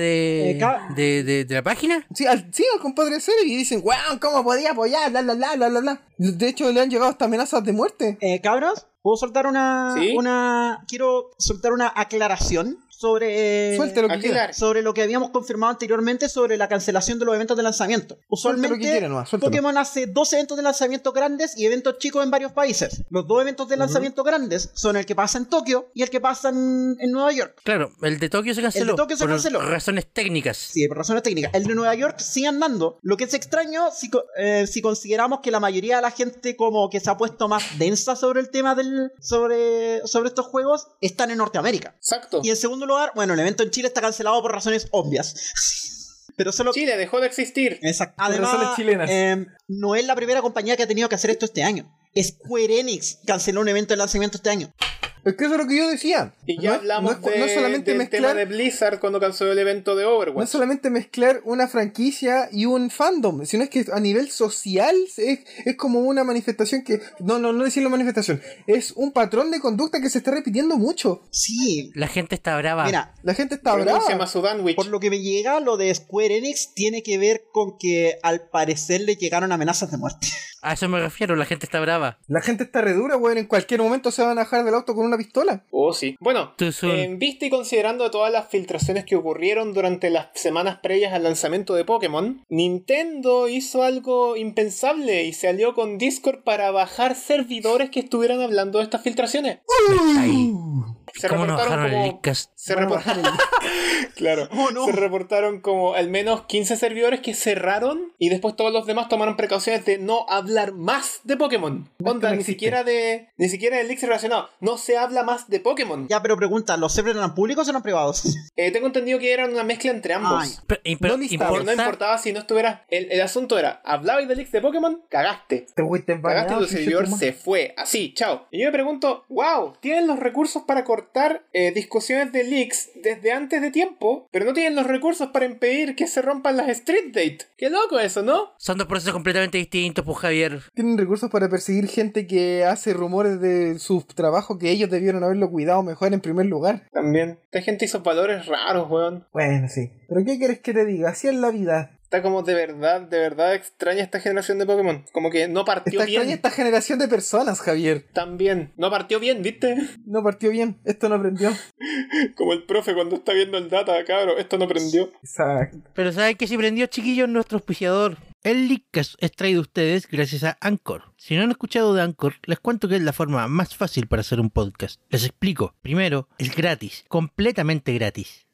S3: eh,
S2: de,
S3: ca-
S2: de, de, de la página.
S4: Sí, al, sí, al compadre de Celebi y dicen, weón, ¿cómo podía apoyar? La, la, la, la, la, la. De hecho, le han llegado hasta amenazas de muerte.
S3: Eh, cabros, ¿puedo soltar una,
S1: ¿Sí?
S3: una. Quiero soltar una aclaración
S1: Eh,
S3: sobre.
S4: Suelte lo que
S1: aquí
S4: quiera.
S1: la-
S3: sobre lo que habíamos confirmado anteriormente sobre la cancelación de los eventos de lanzamiento. Usualmente
S4: Suéltalo que quiera nomás, suéltalo.
S3: Pokémon hace dos eventos de lanzamiento grandes y eventos chicos en varios países. Los dos eventos de lanzamiento grandes son el que pasa en Tokio y el que pasa en, en Nueva York.
S2: Claro, el de Tokio se canceló.
S3: Tokio se
S2: por
S3: canceló.
S2: Razones técnicas.
S3: Sí, por razones técnicas. El de Nueva York sigue andando. Lo que es extraño si, co- eh, si consideramos que la mayoría de la gente como que se ha puesto más densa sobre el tema del sobre, sobre estos juegos están en Norteamérica.
S1: Exacto.
S3: Y en segundo lugar, bueno, el evento en Chile está cancelado por razones obvias. (laughs) Pero solo
S1: Chile dejó de existir.
S3: Exacto.
S4: razones
S3: Además,
S4: chilenas.
S3: eh, no es la primera compañía que ha tenido que hacer esto este año. Square Enix canceló un evento de lanzamiento este año.
S4: Es que eso es lo que yo decía.
S1: Y ya
S4: No es-
S1: hablamos
S4: no es-
S1: de-
S4: no es solamente
S1: del tema
S4: mezclar
S1: de Blizzard cuando canceló el evento de Overwatch.
S4: No es solamente mezclar una franquicia y un fandom, sino es que a nivel social es, es como una manifestación que. No, no, no decirlo manifestación. Es un patrón de conducta que se está repitiendo mucho.
S3: Sí.
S2: La gente está brava.
S3: Mira,
S4: La gente está
S1: Renuncia
S4: brava.
S1: Masudanwich.
S3: por lo que me llega, lo de Square Enix tiene que ver con que al parecer le llegaron amenazas de muerte.
S2: A eso me refiero, la gente está brava.
S4: La gente está redura, weón. En cualquier momento se van a bajar del auto con una pistola.
S1: Oh, sí. Bueno,
S2: Too soon.
S1: en vista y considerando todas las filtraciones que ocurrieron durante las semanas previas al lanzamiento de Pokémon, Nintendo hizo algo impensable y se alió con Discord para bajar servidores que estuvieran hablando de estas filtraciones.
S2: Ahí.
S1: Se
S2: ¿Cómo nos
S1: reportaron
S2: bajaron el
S1: como...
S2: Leadcast?
S1: Se
S3: Bueno,
S1: reportaron... (laughs) Claro.
S3: (laughs) Oh, no.
S1: Se reportaron como al menos 15 servidores que cerraron y después todos los demás tomaron precauciones de no hablar más de Pokémon.
S4: Esto
S1: Onda,
S4: no
S1: ni
S4: existe.
S1: siquiera de ni siquiera del Leaks relacionado. No se habla más de Pokémon.
S3: Ya, pero pregunta, ¿los servers eran públicos o eran privados? (laughs)
S1: Eh, tengo entendido que era una mezcla entre ambos.
S3: Ah, ya.
S2: Pero, y- pero
S4: No listado,
S1: Porque no
S2: importa-
S1: importaba si no estuviera. El, el asunto era, hablabais de leaks de Pokémon, cagaste.
S4: Te fuiste en
S1: Cagaste y
S4: bañado,
S1: tu servidor
S4: chucha,
S1: se fue. Así, chao. Y yo me pregunto, wow, tienen los recursos para cortar eh, discusiones de leaks desde antes de tiempo, pero no tienen los recursos para impedir que se rompan las street date. Qué loco eso, ¿no?
S2: Son dos procesos completamente distintos, pues Javier.
S4: Tienen recursos para perseguir gente que hace rumores de su trabajo que ellos debieron haberlo cuidado mejor en primer lugar.
S1: También. Esta gente hizo valores raros, weón.
S4: Bueno, sí. Pero ¿qué quieres que te diga? Así es la vida.
S1: Está como de verdad, de verdad extraña esta generación de Pokémon. Como que no partió
S4: Está
S1: bien.
S4: extraña esta generación de personas, Javier.
S1: También. No partió bien, ¿viste? (laughs)
S4: No partió bien. Esto no aprendió.
S1: Como el profe cuando está viendo el data, cabrón. Esto no prendió.
S4: Exacto.
S2: Pero ¿saben que si prendió, chiquillos, nuestro auspiciador? El Leadcast es traído a ustedes gracias a Anchor. Si no han escuchado de Anchor, les cuento que es la forma más fácil para hacer un podcast. Les explico. Primero, es gratis, completamente gratis.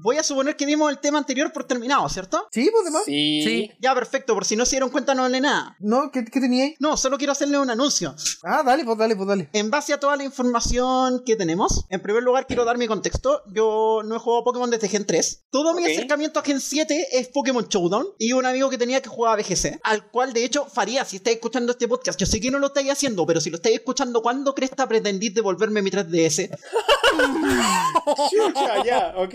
S3: Voy a suponer que dimos el tema anterior por terminado, ¿cierto?
S4: Sí, pues demás.
S1: Sí.
S2: Sí.
S3: Ya, perfecto, por si no se dieron cuenta no hablé nada.
S4: No, ¿qué, qué tenía ahí?
S3: No, solo quiero hacerle un anuncio.
S4: Ah, dale, pues dale, pues dale.
S3: En base a toda la información que tenemos, en primer lugar quiero dar mi contexto. Yo no he jugado Pokémon desde Gen 3. Todo
S1: Ok.
S3: mi acercamiento a Gen 7 es Pokémon Showdown y un amigo que tenía que jugaba BGC, al cual de hecho Faría, si estáis escuchando este podcast, yo sé que no lo estáis haciendo, pero si lo estáis escuchando, ¿cuándo cresta pretendís devolverme mi 3DS?
S1: Chucha, ya, ok.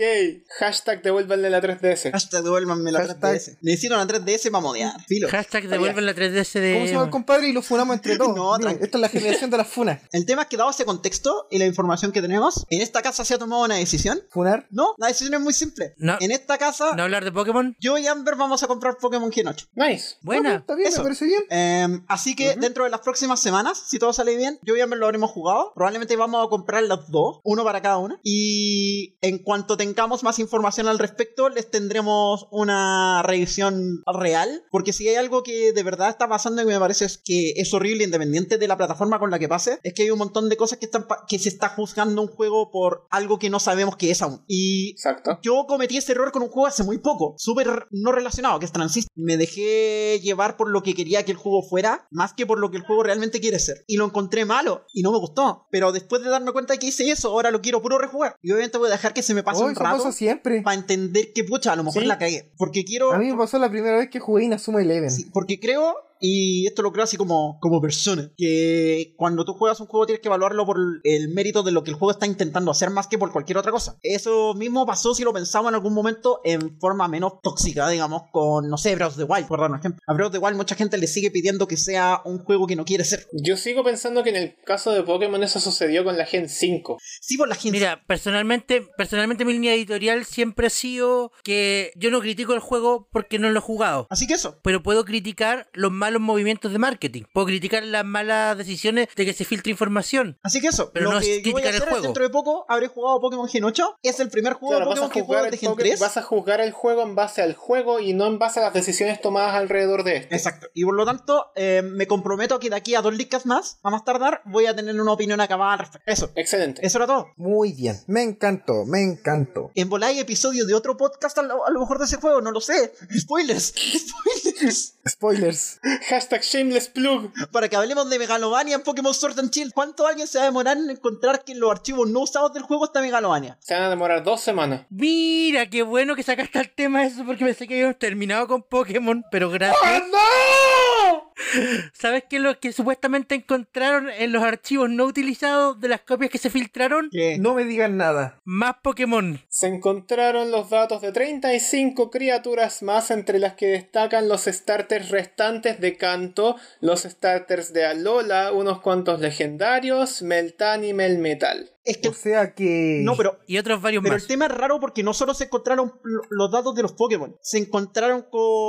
S1: Hashtag devuélvanle la 3DS.
S3: Hasta devuélvanme la
S4: Hashtag.
S3: 3DS. Le hicieron la 3DS para modear. Filo.
S2: Hashtag devuelven la 3DS
S1: Eh,
S2: de...
S4: ¿Cómo se llama el compadre? Y lo funamos entre todos.
S3: (laughs) No,
S4: Mira,
S3: tranqui-
S4: esta es la generación de las funas.
S3: El tema es que dado ese contexto y la información que tenemos, en esta casa se ha tomado una decisión.
S4: Funar.
S3: No, la decisión es muy simple.
S2: No.
S3: En esta casa,
S2: ¿No hablar de Pokémon?
S3: yo y Amber vamos a comprar Pokémon Gen 8.
S1: Nice.
S2: Buena.
S4: Está bien,
S3: Eso.
S4: me parece bien.
S3: Em, así que dentro de las próximas semanas, si todo sale bien, yo y Amber lo habremos jugado. Probablemente vamos a comprar las dos, uno para cada una. Y en cuanto tengamos más información al respecto, les tendremos una revisión real. Porque si hay algo que de verdad está pasando y me parece es que es horrible, independiente de la plataforma con la que pase, es que hay un montón de cosas que, están pa- que se está juzgando un juego por algo que no sabemos que es aún. Y
S1: Exacto.
S3: yo cometí ese error con un juego hace muy poco, súper no relacionado, que es Transist. Me dejé llevar por lo que quería que el juego fuera, más que por lo que el juego realmente quiere ser. Y lo encontré malo, y no me gustó. Pero después de darme cuenta de que hice eso, ahora lo quiero puro rejugar. Y obviamente voy a dejar que se me pase
S4: Oh,
S3: un
S4: eso
S3: rato
S4: pasa siempre.
S3: para entender que, pucha, a lo mejor
S1: Sí.
S3: la cagué. Porque quiero...
S4: A mí me pasó la primera vez que jugué Inazuma Eleven.
S3: Sí, porque creo, y esto lo creo así como, como persona, que cuando tú juegas un juego tienes que evaluarlo por el mérito de lo que el juego está intentando hacer más que por cualquier otra cosa. Eso mismo pasó si lo pensamos en algún momento en forma menos tóxica, digamos, con, no sé, Breath of the Wild, por dar un ejemplo. A Breath of the Wild mucha gente le sigue pidiendo que sea un juego que no quiere ser.
S1: Yo sigo pensando que en el caso de Pokémon eso sucedió con la Gen 5.
S3: Sí, por la gente.
S2: Mira, personalmente, personalmente mi línea editorial siempre ha sido que yo no critico el juego porque no lo he jugado.
S3: Así que eso.
S2: Pero puedo criticar los malos movimientos de marketing. Puedo criticar las malas decisiones de que se filtre información.
S3: Así que eso,
S2: Pero
S3: lo
S2: no es
S3: que yo voy a
S2: criticar el
S3: hacer es,
S2: juego.
S3: dentro de poco habré jugado Pokémon Gen 8, es el primer juego
S1: Claro,
S3: de
S1: vas a,
S3: Pokémon que juego
S1: juzgar
S3: de
S1: el
S3: Gen
S1: Poké-
S3: 3.
S1: vas a juzgar el juego en base al juego y no en base a las decisiones tomadas alrededor de este.
S3: Exacto. Y por lo tanto, eh, me comprometo que de aquí a dos licas más, a más tardar, voy a tener una opinión acabada al respecto. Eso.
S1: Excelente.
S3: Eso era todo.
S4: Muy bien. Me encantó, me encantó.
S3: En volá hay episodio de otro podcast a lo, a lo mejor de ese juego, no lo sé. (laughs) Spoilers. Spoilers.
S4: Spoilers.
S1: Hashtag shameless plug.
S3: Para que hablemos de Megalovania en Pokémon Sword and Shield. ¿Cuánto alguien se va a demorar en encontrar que en los archivos no usados del juego está Megalovania?
S1: Se van a demorar dos semanas.
S2: Mira, qué
S3: ¡Ah,
S2: bueno que sacaste el tema eso porque pensé que habíamos terminado con Pokémon, pero gracias.
S1: ¡No! no.
S2: (laughs) ¿Sabes qué? es Lo que supuestamente encontraron en los archivos no utilizados de las copias que se filtraron,
S3: ¿Qué?
S4: No me digan nada.
S2: más Pokémon.
S1: Se encontraron los datos de 35 criaturas más, entre las que destacan los starters restantes de Kanto, los starters de Alola, unos cuantos legendarios, Meltan y Melmetal.
S3: Es que.
S4: O sea que.
S3: No, pero
S2: Y otros varios
S3: Pero
S2: más.
S3: el tema es raro porque no solo se encontraron lo- los datos de los Pokémon, se encontraron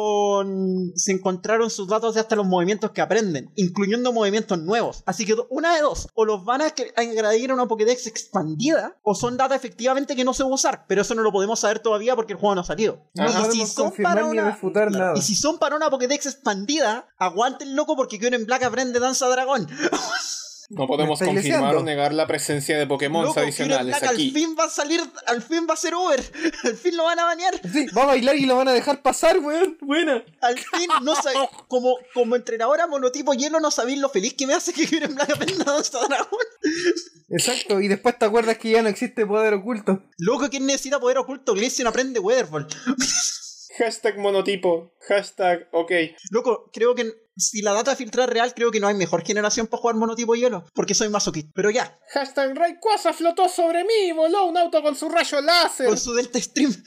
S3: con. Se encontraron sus datos de hasta los movimientos que aprenden, incluyendo movimientos nuevos. Así que do- una de dos, o los van a cre- a agredir a una Pokédex expandida, o son datos efectivamente que no se va a usar, pero eso no lo podemos saber todavía porque el juego no ha salido.
S4: No
S1: Ajá.
S4: podemos confirmar ni refutar
S3: claro,
S4: nada.
S3: Y si son para una Pokédex expandida, aguanten loco porque Quiero en Black aprende danza dragón.
S1: No podemos
S4: Me estáis
S1: confirmar
S4: leyendo.
S1: o negar la presencia de Pokémon
S3: Loco, Kyurem
S1: adicionales
S3: Black al
S1: aquí.
S3: fin va a salir, al fin va a ser Uber, (laughs) al fin lo van a bañar.
S4: Sí, va a bailar y lo van a dejar pasar, weón. Buena.
S3: Al fin, no sab- como, como entrenadora monotipo lleno, no sabéis lo feliz que me hace que Kyurem Black aprenda danza dragón.
S4: Exacto. Y después te acuerdas que ya no existe poder oculto.
S3: Loco, ¿quién necesita poder oculto? Glacian aprende Weatherball.
S1: Hashtag monotipo. Hashtag ok.
S3: Loco, creo que si la data filtrar real, creo que no hay mejor generación para jugar monotipo hielo, porque soy masoquista. Pero ya,
S1: Hashtag Rayquaza flotó sobre mí y voló un auto con su rayo láser.
S3: con su Delta Stream. (laughs)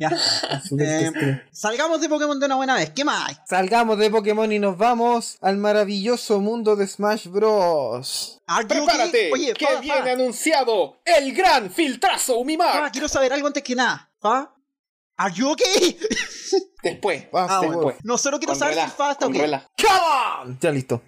S3: ya. Eh, salgamos de Pokémon de una buena vez. ¿Qué más hay?
S4: Salgamos de Pokémon y nos vamos al maravilloso mundo de Smash Bros.
S3: Ah, yo
S1: ¡Prepárate!
S3: que- Oye,
S1: ¡Que
S3: pa,
S1: viene
S3: pa,
S1: anunciado el gran filtrazo
S3: pa,
S1: Umimar!
S3: quiero saber algo antes que nada. Pa, ¿Are you okay? (laughs)
S1: Después.
S4: Pase,
S3: Ah, bueno.
S4: weón.
S3: No, solo quiero
S1: Con
S3: saber si
S1: relajo,
S3: Fa está
S1: con
S3: ok.
S1: relajo,
S4: ¡Come on! Ya listo.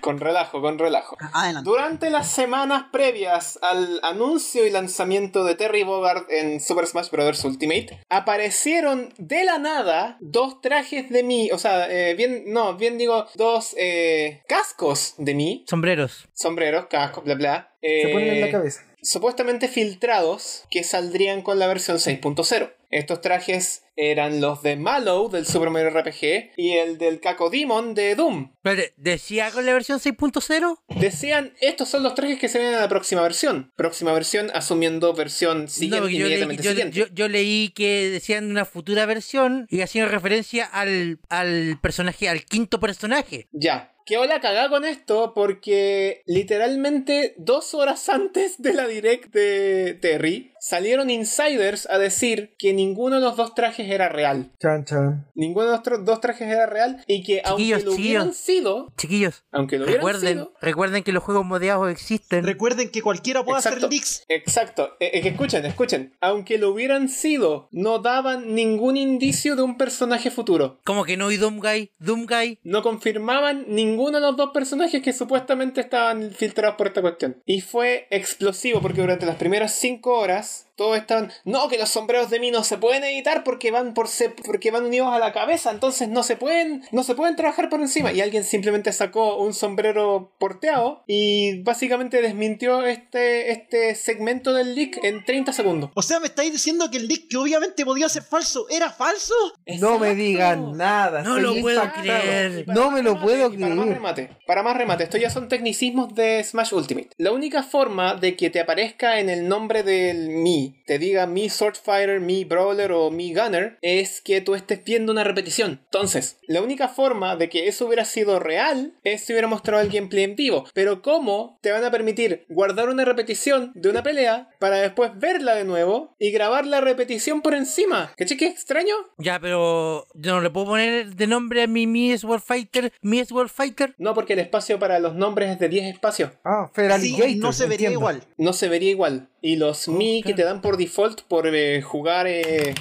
S1: con relajo, con relajo.
S3: Adelante.
S1: Durante las semanas previas al anuncio y lanzamiento de Terry Bogard en Super Smash Bros. Ultimate, aparecieron de la nada dos trajes de mí, o sea, eh, bien, no, bien digo, dos eh, cascos de mí,
S2: Sombreros.
S1: sombreros, cascos, bla, bla.
S4: Se ponen en la
S1: eh,
S4: cabeza.
S1: supuestamente filtrados que saldrían con la versión 6.0. Estos trajes eran los de Mallow del Super Mario RPG y el del Cacodemon de Doom.
S2: Espérate, ¿decía con la versión 6.0?
S1: Decían, estos son los trajes que se ven en la próxima versión. Próxima versión asumiendo versión
S2: No,
S1: siguiente,
S2: porque yo, leí,
S1: inmediatamente
S2: yo-
S1: siguiente.
S2: yo- yo leí que decían una futura versión y haciendo referencia al, al personaje, al quinto personaje.
S1: Ya. Quedó la cagada con esto porque literalmente dos horas antes de la direct de Terry salieron insiders a decir que ninguno de los dos trajes era real.
S4: Chan, chan.
S1: Ninguno de los tra- dos trajes era real y que
S2: Chiquillos,
S1: aunque lo hubieran
S2: chiquillos.
S1: sido,
S2: Chiquillos,
S1: aunque lo hubieran
S2: recuerden,
S1: sido,
S2: recuerden que los juegos modeados existen.
S3: Recuerden que cualquiera puede
S1: Exacto.
S3: hacer leaks.
S1: exacto, eh, eh, que escuchen, escuchen, aunque lo hubieran sido, no daban ningún indicio de un personaje futuro.
S2: Como que no y Doomguy, Doomguy.
S1: No confirmaban ninguno de los dos personajes que supuestamente estaban filtrados por esta cuestión. Y fue explosivo porque durante las primeras 5 horas todos estaban, no, que los sombreros de mí no se pueden editar porque van por se- porque van unidos a la cabeza, entonces no se pueden no se pueden trabajar por encima y alguien simplemente sacó un sombrero porteado y básicamente desmintió este este segmento del leak en 30 segundos.
S3: O sea, me estáis diciendo que el leak que obviamente podía ser falso era falso.
S4: No me digan nada.
S2: No
S4: estoy
S2: lo puedo
S4: impactado.
S2: creer.
S1: Y para
S4: No
S1: más
S4: me lo
S1: remate,
S4: puedo
S1: y Para más
S4: creer.
S1: remate, para más remate, esto ya son tecnicismos de Smash Ultimate. La única forma de que te aparezca en el nombre del Mi, te diga Mi Swordfighter, Mi Brawler o Mi Gunner, es que tú estés viendo una repetición. Entonces, la única forma de que eso hubiera sido real es si hubiera mostrado el gameplay en vivo. Pero ¿cómo te van a permitir guardar una repetición de una pelea para después verla de nuevo y grabar la repetición por encima? ¿Qué qué extraño?
S2: Ya, pero yo no le puedo poner de nombre a mi Mies Warfighter, Mies Warfighter.
S1: No, porque el espacio para los nombres es de 10 espacios.
S4: Ah, Feral
S3: Sí,
S4: Gator,
S3: no se vería
S4: entiendo.
S3: igual.
S1: no se vería igual. Y los Mi que
S2: claro.
S1: te dan por default por eh, jugar. eh,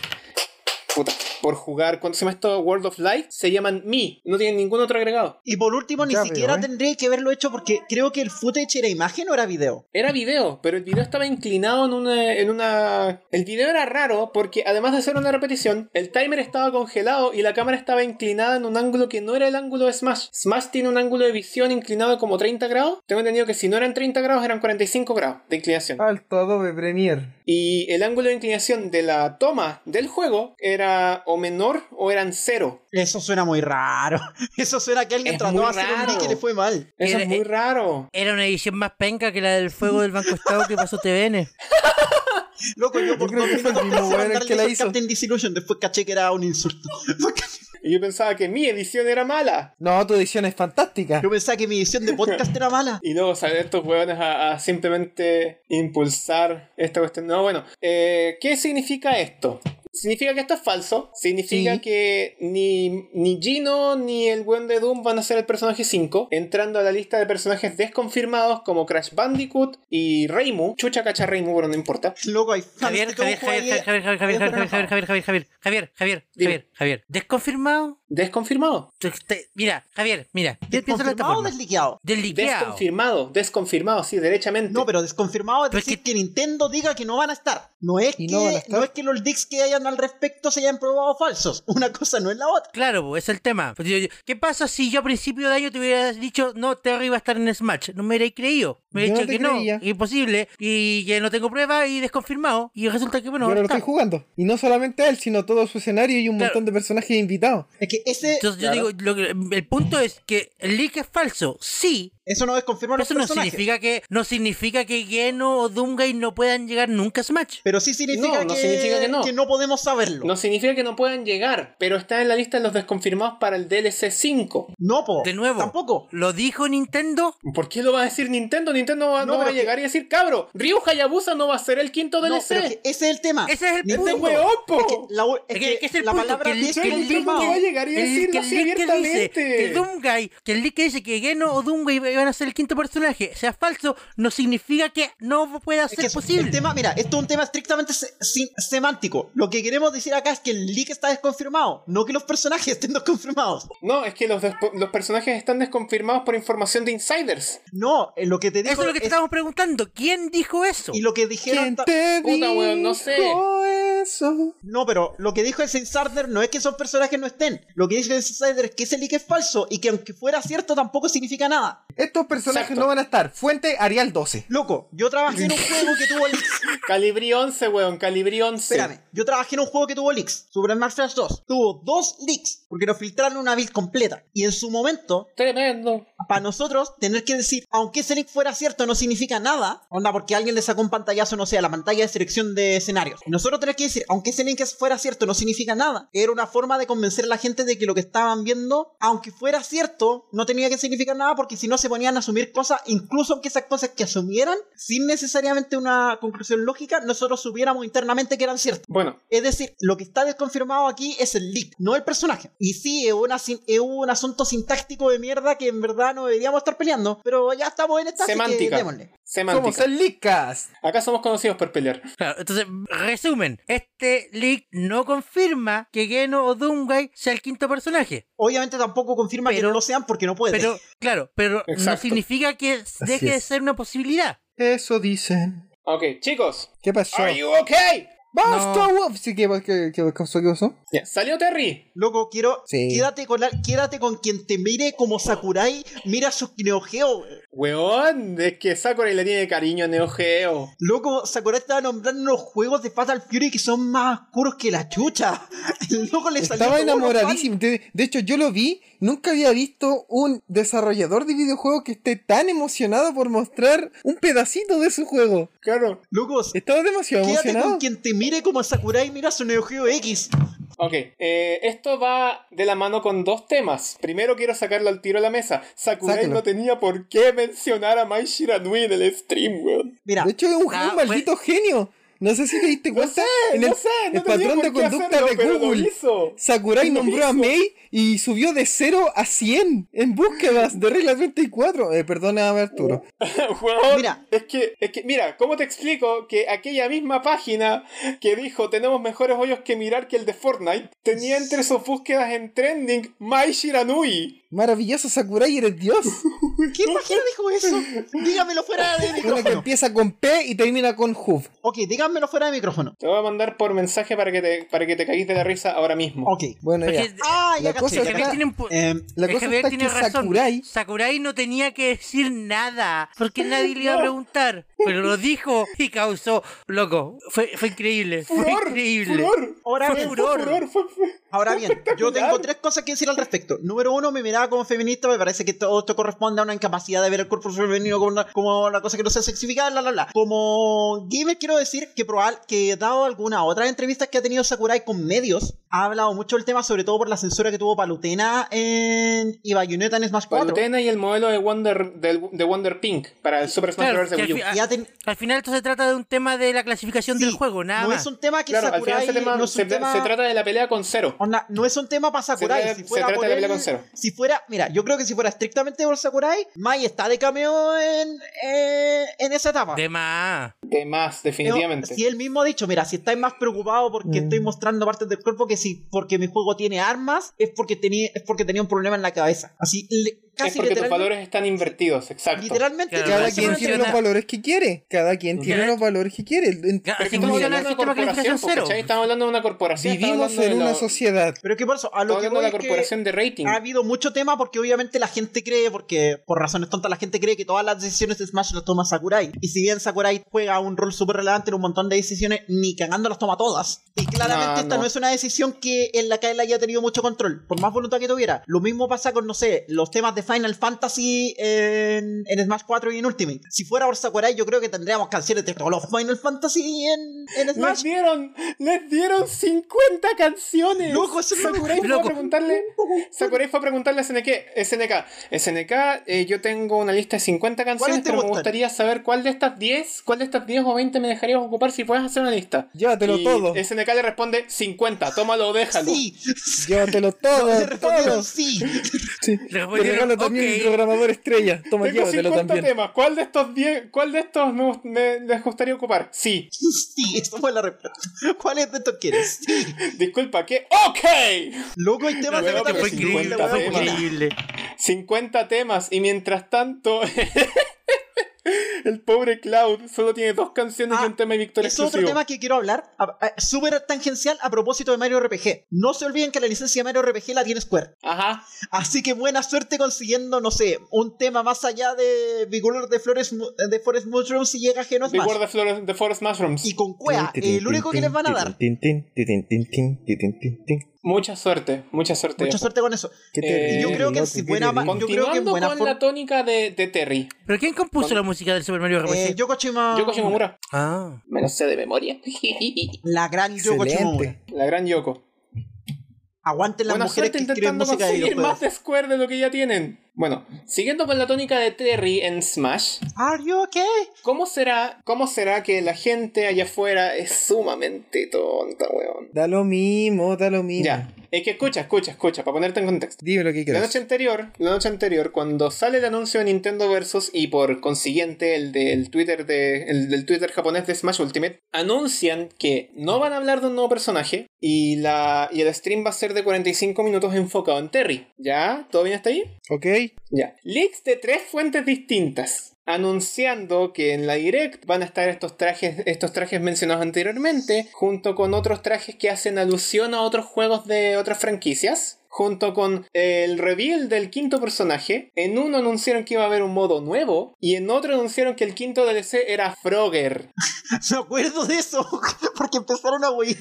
S1: puta, por jugar. ¿Cuánto se llama esto? World of Light. Se llaman Mi. No tienen ningún otro agregado.
S3: Y por último, ni
S4: Ya veo,
S3: siquiera
S4: eh.
S3: tendría que haberlo hecho porque creo que el footage era imagen o era video.
S1: Era video, pero el video estaba inclinado en una, en una. El video era raro porque además de ser una repetición, el timer estaba congelado y la cámara estaba inclinada en un ángulo que no era el ángulo de Smash. Smash tiene un ángulo de visión inclinado de como 30 grados. Tengo entendido que si no eran 30 grados, eran 45 grados de inclinación.
S4: Alto Adobe Premiere.
S1: Y el ángulo de inclinación de la toma del juego era o menor o eran cero.
S3: Eso suena muy raro. (laughs) Eso suena que alguien
S1: Es
S3: trató
S1: muy
S3: de hacer un
S1: raro.
S3: leak y le fue mal.
S1: Eso
S2: Era-
S1: es muy
S2: eh-
S1: raro.
S2: Era una edición más penca que la del fuego del Banco Estado que pasó TVN.
S3: Loco, yo por
S4: creo
S3: dos
S4: que fue el
S3: minutos
S4: mismo
S3: pensé
S4: weón el
S3: mandarle
S4: que la
S3: eso al
S4: hizo. (laughs)
S3: Captain Disillusion, después caché que era un insulto.
S1: Y yo pensaba que mi edición era mala.
S4: No, tu edición es fantástica.
S3: Yo pensaba que mi edición de podcast era mala.
S1: Y luego salen estos hueones a, a simplemente impulsar esta cuestión. No, bueno, eh, ¿qué significa esto? Significa que esto es falso. Significa
S4: Sí.
S1: que ni, ni Gino ni el buen de Doom van a ser el personaje 5. Entrando a la lista de personajes desconfirmados como Crash Bandicoot y Reimu. Chucha cacha Reimu, pero no importa.
S3: Loco, hay fans
S2: Javier,
S3: de todo
S2: Javier,
S3: juego
S2: Javier,
S3: ahí-
S2: Javier, Javier, Javier, Javier, Javier, Javier, Javier, Javier, Javier, Javier,
S1: Dime.
S2: Javier, Javier. ¿Desconfirmado?
S1: Desconfirmado.
S2: Tú te- Mira, Javier, mira. Yo pienso de esta
S3: ¿Desconfirmado o
S2: forma.
S3: desliqueado?
S2: Del liqueado.
S1: Desconfirmado, desconfirmado, sí, derechamente.
S3: No, pero desconfirmado es
S2: Pero es
S3: decir que... Nintendo diga que no van a estar. No es, que,
S4: Y
S3: no,
S4: no van a estar.
S3: es que los leaks que hayan al respecto se hayan probado falsos. (laughs) Una cosa no es la otra.
S2: Claro, po, es el tema. Pues yo- yo- ¿Qué pasa si yo a principio de año te hubiera dicho, no, Terry iba a estar en Smash? No me hubierais creído. Me
S4: Yo
S2: hubierais
S4: no
S2: dicho
S4: te
S2: que no,
S4: creía.
S2: imposible, y que no tengo pruebas y desconfirmado. Y resulta que, bueno,
S4: Yo ahora lo
S2: está.
S4: estoy jugando. Y no solamente a él, sino todo su escenario y un
S2: Claro.
S4: montón de personajes invitados.
S3: Es que ese,
S2: Entonces
S1: Claro.
S2: yo digo, lo que- el punto es que el leak es falso, sí,
S3: eso no desconfirma a
S2: pero
S3: los
S2: eso no
S3: personajes.
S2: significa que no significa que Geno o Doomguy no puedan llegar nunca a Smash.
S3: Pero sí significa,
S1: No, no
S3: que,
S1: significa que no.
S3: podemos saberlo.
S1: No
S3: No,
S1: significa que no puedan llegar, pero está en la lista de los desconfirmados para el DLC 5.
S3: po.
S2: De nuevo,
S3: Tampoco.
S2: ¿lo dijo Nintendo?
S1: ¿Por qué lo va a decir Nintendo? Nintendo va- no,
S3: No,
S1: va a
S3: pero-
S1: llegar y decir, cabro, Ryu Hayabusa no va a ser el quinto
S3: No,
S1: DLC.
S3: pero es que ese es el tema.
S2: Ese es el
S3: Nintendo-
S2: punto.
S1: ¡Hueón, po!
S3: Es que la, es
S2: Es
S3: que
S2: que, que es el
S3: la
S2: punto,
S3: palabra
S2: que el leak- que
S1: el
S2: el
S1: Nintendo
S2: leak-
S1: va a llegar y
S2: el-
S1: decirlo
S2: que el
S1: así
S2: leak que dice
S1: abiertamente.
S2: que Doomguy, que el leak que dice que Geno o Doomguy van a ser el quinto personaje, sea falso, no significa que no pueda
S3: Es
S2: ser
S3: que es-
S2: posible.
S3: El tema, mira, esto es un tema estrictamente se- sin- semántico. Lo que queremos decir acá es que el leak está desconfirmado, no que los personajes estén desconfirmados.
S1: No, es que los, despo- los personajes están desconfirmados por información de insiders.
S3: No, eh, lo que te digo
S2: Eso es lo que te
S3: es-
S2: estamos preguntando. ¿Quién dijo eso?
S3: y lo que dijeron
S4: ¿Quién
S3: ta-
S4: te
S1: Puta,
S4: dijo
S1: weón, no sé.
S4: eso?
S3: No, pero lo que dijo el Insider no es que esos personajes no estén. Lo que dice el Insider es que ese leak es falso y que aunque fuera cierto tampoco significa nada.
S4: Estos personajes
S1: Exacto.
S4: no van a estar. Fuente Arial 12.
S3: Loco, yo trabajé en un juego que
S2: (laughs)
S3: tuvo leaks.
S1: Calibrí 11, weón, calibrí 11.
S3: Espérame, yo trabajé en un juego que tuvo leaks, Super Smash Bros. 2. Tuvo dos leaks porque nos filtraron una build completa. Y en su momento,
S1: Tremendo.
S3: para nosotros, tener que decir, aunque ese link fuera cierto, no significa nada. Onda, porque alguien le sacó un pantallazo, no sé, a la pantalla de selección de escenarios. Nosotros tener que decir, aunque ese link es- fuera cierto, no significa nada. Era una forma de convencer a la gente de que lo que estaban viendo, aunque fuera cierto, no tenía que significar nada, porque si no se ponían a asumir cosas, incluso aunque esas cosas que asumieran, sin necesariamente una conclusión lógica, nosotros supiéramos internamente que eran ciertas.
S1: Bueno,
S3: Es decir, lo que está desconfirmado aquí es el leak, no el personaje. Y sí, es, una sin- es un asunto sintáctico de mierda que en verdad no deberíamos estar peleando, pero ya estamos en esta así que
S1: semántica.
S3: démosle.
S1: Semántica.
S4: Somos el Leakcast.
S1: Acá somos conocidos por pelear.
S2: Claro, entonces, resumen, este leak no confirma que Geno o Doomguy sea el quinto personaje.
S3: Obviamente tampoco confirma que
S2: Pero-
S3: no lo sean porque no puede.
S2: Pero, claro, pero no
S1: Exacto.
S2: significa que deje de
S4: es.
S2: ser una posibilidad.
S4: Eso dicen.
S1: Ok, chicos.
S4: ¿Qué pasó?
S1: ¿Are you okay?
S4: ¡Basta, Wolf! Sí, ¿qué, qué, qué pasó? ¿Qué pasó?
S1: Ya, Salió Terry.
S3: Loco, quiero.
S4: Sí.
S3: Quédate, con la- quédate con quien te mire como Sakurai mira sus Neo Geo.
S1: Weón, es que Sakura le tiene cariño a Neo Geo.
S3: Loco, Sakurai estaba nombrando unos juegos de Fatal Fury que son más oscuros que la chucha. (laughs) El loco le salió
S4: Estaba
S3: todo lo
S4: enamoradísimo. De, de hecho, yo lo vi. Nunca había visto un desarrollador de videojuegos que esté tan emocionado por mostrar un pedacito de su juego.
S1: Claro.
S3: fan. Loco,
S4: Estaba demasiado
S3: quédate con
S4: emocionado.
S3: quien te mire como Sakurai mira su Neo Geo X.
S1: Ok, eh, esto va de la mano con dos temas. Primero quiero sacarlo al tiro a la mesa. Sakurai
S4: Sáquelo.
S1: no tenía por qué mencionar a Mai Shiranui en el stream, weón.
S3: Mira,
S4: De hecho, es un, es
S2: Ah,
S4: un maldito genio. No sé si te diste
S1: pues, No
S4: cuenta
S1: sé,
S4: en
S1: no
S4: el,
S1: sé, no
S4: el
S1: tenía
S4: patrón
S1: por
S4: de
S1: qué
S4: conducta
S1: hacerlo, pero
S4: de
S1: lo
S4: Google.
S1: hizo. (laughs)
S4: Sakurai
S1: Lo
S4: nombró a
S1: hizo.
S4: May y subió de 0 a 100 en búsquedas de regla 24. Eh, perdona, Arturo.
S1: Weón,
S3: Mira.
S1: Es que, es que, mira, ¿cómo te explico que aquella misma página que dijo tenemos mejores hoyos que mirar que el de Fortnite tenía entre sus búsquedas en trending Mai Shiranui?
S4: Maravilloso Sakurai, eres
S1: (laughs)
S4: Dios.
S3: ¿Qué página dijo eso? Dígamelo fuera de
S4: Una que
S3: micrófono.
S4: empieza con P y termina con Hub.
S3: Ok, dígamelo fuera de micrófono.
S1: Te voy a mandar por mensaje para que te, para que te cagues de la risa ahora mismo.
S3: Ok.
S4: Bueno,
S2: Porque
S4: ya.
S2: el
S3: Ah, ya
S4: Mm. La cosa
S3: caché. ya
S2: Javier
S4: está-
S3: caché.
S2: tiene un pu-
S3: Em,
S4: La
S2: el
S4: cosa
S2: Javier
S4: está
S2: tiene
S4: que
S2: razón.
S4: Sakurai.
S2: Sakurai no tenía que decir nada, porque nadie le iba a preguntar. Pero lo dijo y causó. Loco, fue, fue increíble. Fue
S1: ¡Furor!
S2: increíble.
S1: ¡Furor!
S3: ahora
S2: Fue
S3: bien,
S1: Fue furor, fue- fue-
S3: ahora bien, yo tengo
S1: espectacular.
S3: tres cosas que decir al respecto. Número uno, mi mirada como feminista me parece que todo esto corresponde a una incapacidad de ver el cuerpo femenino como una, como una cosa que no sea sexificada, bla, bla, bla. Como gamer quiero decir que probable, que dado alguna otra entrevista que ha tenido Sakurai con medios, ha hablado mucho el tema, sobre todo por la censura que tuvo Palutena en... y Bayonetta en Smash 4.
S1: Palutena y el modelo de Wonder, del- de Wonder Pink para el Super Smash
S2: Claro,
S1: Bros. de
S2: que al
S1: Wii U.
S2: fi-
S3: Y ha ten-
S2: Al final esto se trata de un tema de la clasificación del
S3: Sí,
S2: juego, nada
S3: no
S2: más.
S3: es un tema que
S1: Claro, al final
S3: Sakurai...
S1: ese tema,
S3: no es un
S1: se,
S3: tema-
S1: se trata de la pelea con cero.
S3: Onda, no es un tema para Sakurai.
S1: trata-
S3: si
S1: se
S3: fuera
S1: trata
S3: por
S1: de la pelea
S3: él-
S1: con cero.
S3: Si fuera, mira, yo creo que si fuera estrictamente por Sakurai, Mai está de cameo en, eh, en esa etapa.
S2: De más.
S1: De más,
S3: Pero
S1: definitivamente.
S3: Si él mismo ha dicho, mira, si estáis más preocupado porque estoy mostrando partes del cuerpo que si porque mi juego tiene armas, es porque tenía, es porque tenía un problema en la cabeza. Así, le-
S1: es
S3: casi
S1: porque tus
S3: literalmente,
S1: valores están invertidos, exacto.
S3: literalmente
S2: Claro,
S4: Cada
S2: así
S4: quien tiene
S2: funciona.
S4: los valores que quiere. Cada quien tiene
S2: Claro.
S4: los valores que quiere. En-
S2: Claro,
S1: Pero
S2: Así
S1: estamos hablando
S2: funciona el
S1: de una
S2: sistema de
S1: corporación,
S2: clasificación
S1: pues,
S2: cero.
S1: ¿cachai? Estamos hablando de una corporación.
S4: Vivimos
S1: estamos hablando
S4: en
S1: de
S4: una
S1: lo-
S4: sociedad.
S3: Pero que por eso, a lo
S1: Estamos
S3: que
S1: hablando
S3: voy
S1: de la
S3: es que
S1: corporación de rating.
S3: ha habido mucho tema porque obviamente la gente cree, porque por razones tontas la gente cree que todas las decisiones de Smash las toma Sakurai. Y si bien Sakurai juega un rol súper relevante en un montón de decisiones, ni cagando las toma todas. Y claramente
S1: No,
S3: esta
S1: no.
S3: no. es una decisión que en la que él haya tenido mucho control, por más voluntad que tuviera. Lo mismo pasa con, no sé, los temas de Final Fantasy en, en Smash 4 y en Ultimate. Si fuera por Sakurai, yo creo que tendríamos canciones de todos los Final Fantasy en, en
S1: ¡Les
S3: Smash.
S1: dieron! ¡Les dieron 50 canciones!
S3: Loco, eso es lo
S1: Sakurai fue a
S2: Loco.
S1: preguntarle. Sakurai fue a preguntarle a SNK. SNK, SNK eh, yo tengo una lista de 50 canciones,
S3: ¿Cuáles te
S1: pero me
S3: gustan?
S1: gustaría saber cuál de estas 10, cuál de estas 10 o 20 me dejarías ocupar si puedes hacer una lista.
S4: Llévatelo
S1: Y
S4: todo.
S1: SNK le responde 50, tómalo o déjalo.
S3: Sí,
S1: (laughs)
S4: Llévatelo todo.
S3: (laughs) le respondieron
S4: todo.
S3: sí.
S2: Le
S4: Sí. Te
S2: respondieron,
S4: regalo también
S2: "Ok".
S4: mi programador estrella. Toma,
S1: Tengo
S4: llévatelo
S1: 50
S4: también.
S1: temas. ¿Cuál de estos 10, cuál de estos me, gust- me- les gustaría ocupar? Sí.
S3: Sí, esa fue la respuesta. ¿Cuál es de estos quieres?
S1: Disculpa, ¿qué? ¡Ok!
S3: Loco, hay temas
S1: No,
S3: de
S1: no,
S3: meta
S1: pero
S3: que
S2: fue
S3: sí,
S2: increíble,
S1: weón,
S3: la
S2: fue
S3: weá
S1: weón.
S2: increíble.
S1: 50 temas y mientras tanto... (laughs) El pobre Cloud solo tiene dos canciones y
S3: Ah,
S1: un tema de victoria
S3: Es otro
S1: exclusivo.
S3: tema que quiero hablar, a- a- súper tangencial a propósito de Mario RPG. No se olviden que la licencia de Mario RPG la tiene Square.
S1: Ajá.
S3: Así que buena suerte consiguiendo, no sé, un tema más allá de Bicolor de Flores Mu- de Forest Mushrooms si llega Genos
S1: The
S3: más.
S1: World of Flores- The Forest Mushrooms.
S3: Y con Cuea, eh, el único que les van a dar.
S1: Mucha suerte, mucha suerte.
S3: Mucha suerte con eso.
S1: Eh,
S3: yo creo que si buena ma-
S1: Continuando
S3: Yo creo que en buena
S1: con
S3: forma-
S1: la tónica de, de Terry.
S2: ¿Pero quién compuso la música del Super Mario RPG?
S3: Eh, Yoko Shima-
S1: Yoko Shimomura.
S2: Ah.
S1: Me lo sé de memoria.
S3: La gran Yoko Shimomura.
S4: Excelente.
S1: (laughs) la gran Yoko.
S3: Aguanten las
S1: Buena
S3: mujeres
S1: suerte
S3: que escriben
S1: intentando
S3: música de
S1: conseguir más
S3: videojuegos.
S1: de Square de lo que ya tienen. Bueno, siguiendo con la tónica de Terry en Smash,
S3: ¿Are you okay?
S1: ¿cómo será, cómo será que la gente allá afuera es sumamente tonta, weón?
S4: Da lo mismo, da lo mismo.
S1: Ya, es que escucha, escucha, escucha, para ponerte en contexto.
S4: Dime lo que
S1: La
S4: quieras.
S1: noche anterior, la noche anterior, cuando sale el anuncio de Nintendo Versus y por consiguiente el del Twitter de, el del Twitter japonés de Smash Ultimate, anuncian que no van a hablar de un nuevo personaje y la y el stream va a ser de 45 minutos enfocado en Terry. ¿Ya? ¿Todo bien hasta ahí?
S4: ¿Ok?
S1: Ya. Leaks de tres fuentes distintas. Anunciando que en la Direct van a estar estos trajes, estos trajes mencionados anteriormente, junto con otros trajes que hacen alusión a otros juegos de otras franquicias, junto con eh, el reveal del quinto personaje. En uno anunciaron que iba a haber un modo nuevo, y en otro anunciaron que el quinto DLC era Frogger.
S3: (laughs) Me acuerdo de eso, porque empezaron a huear.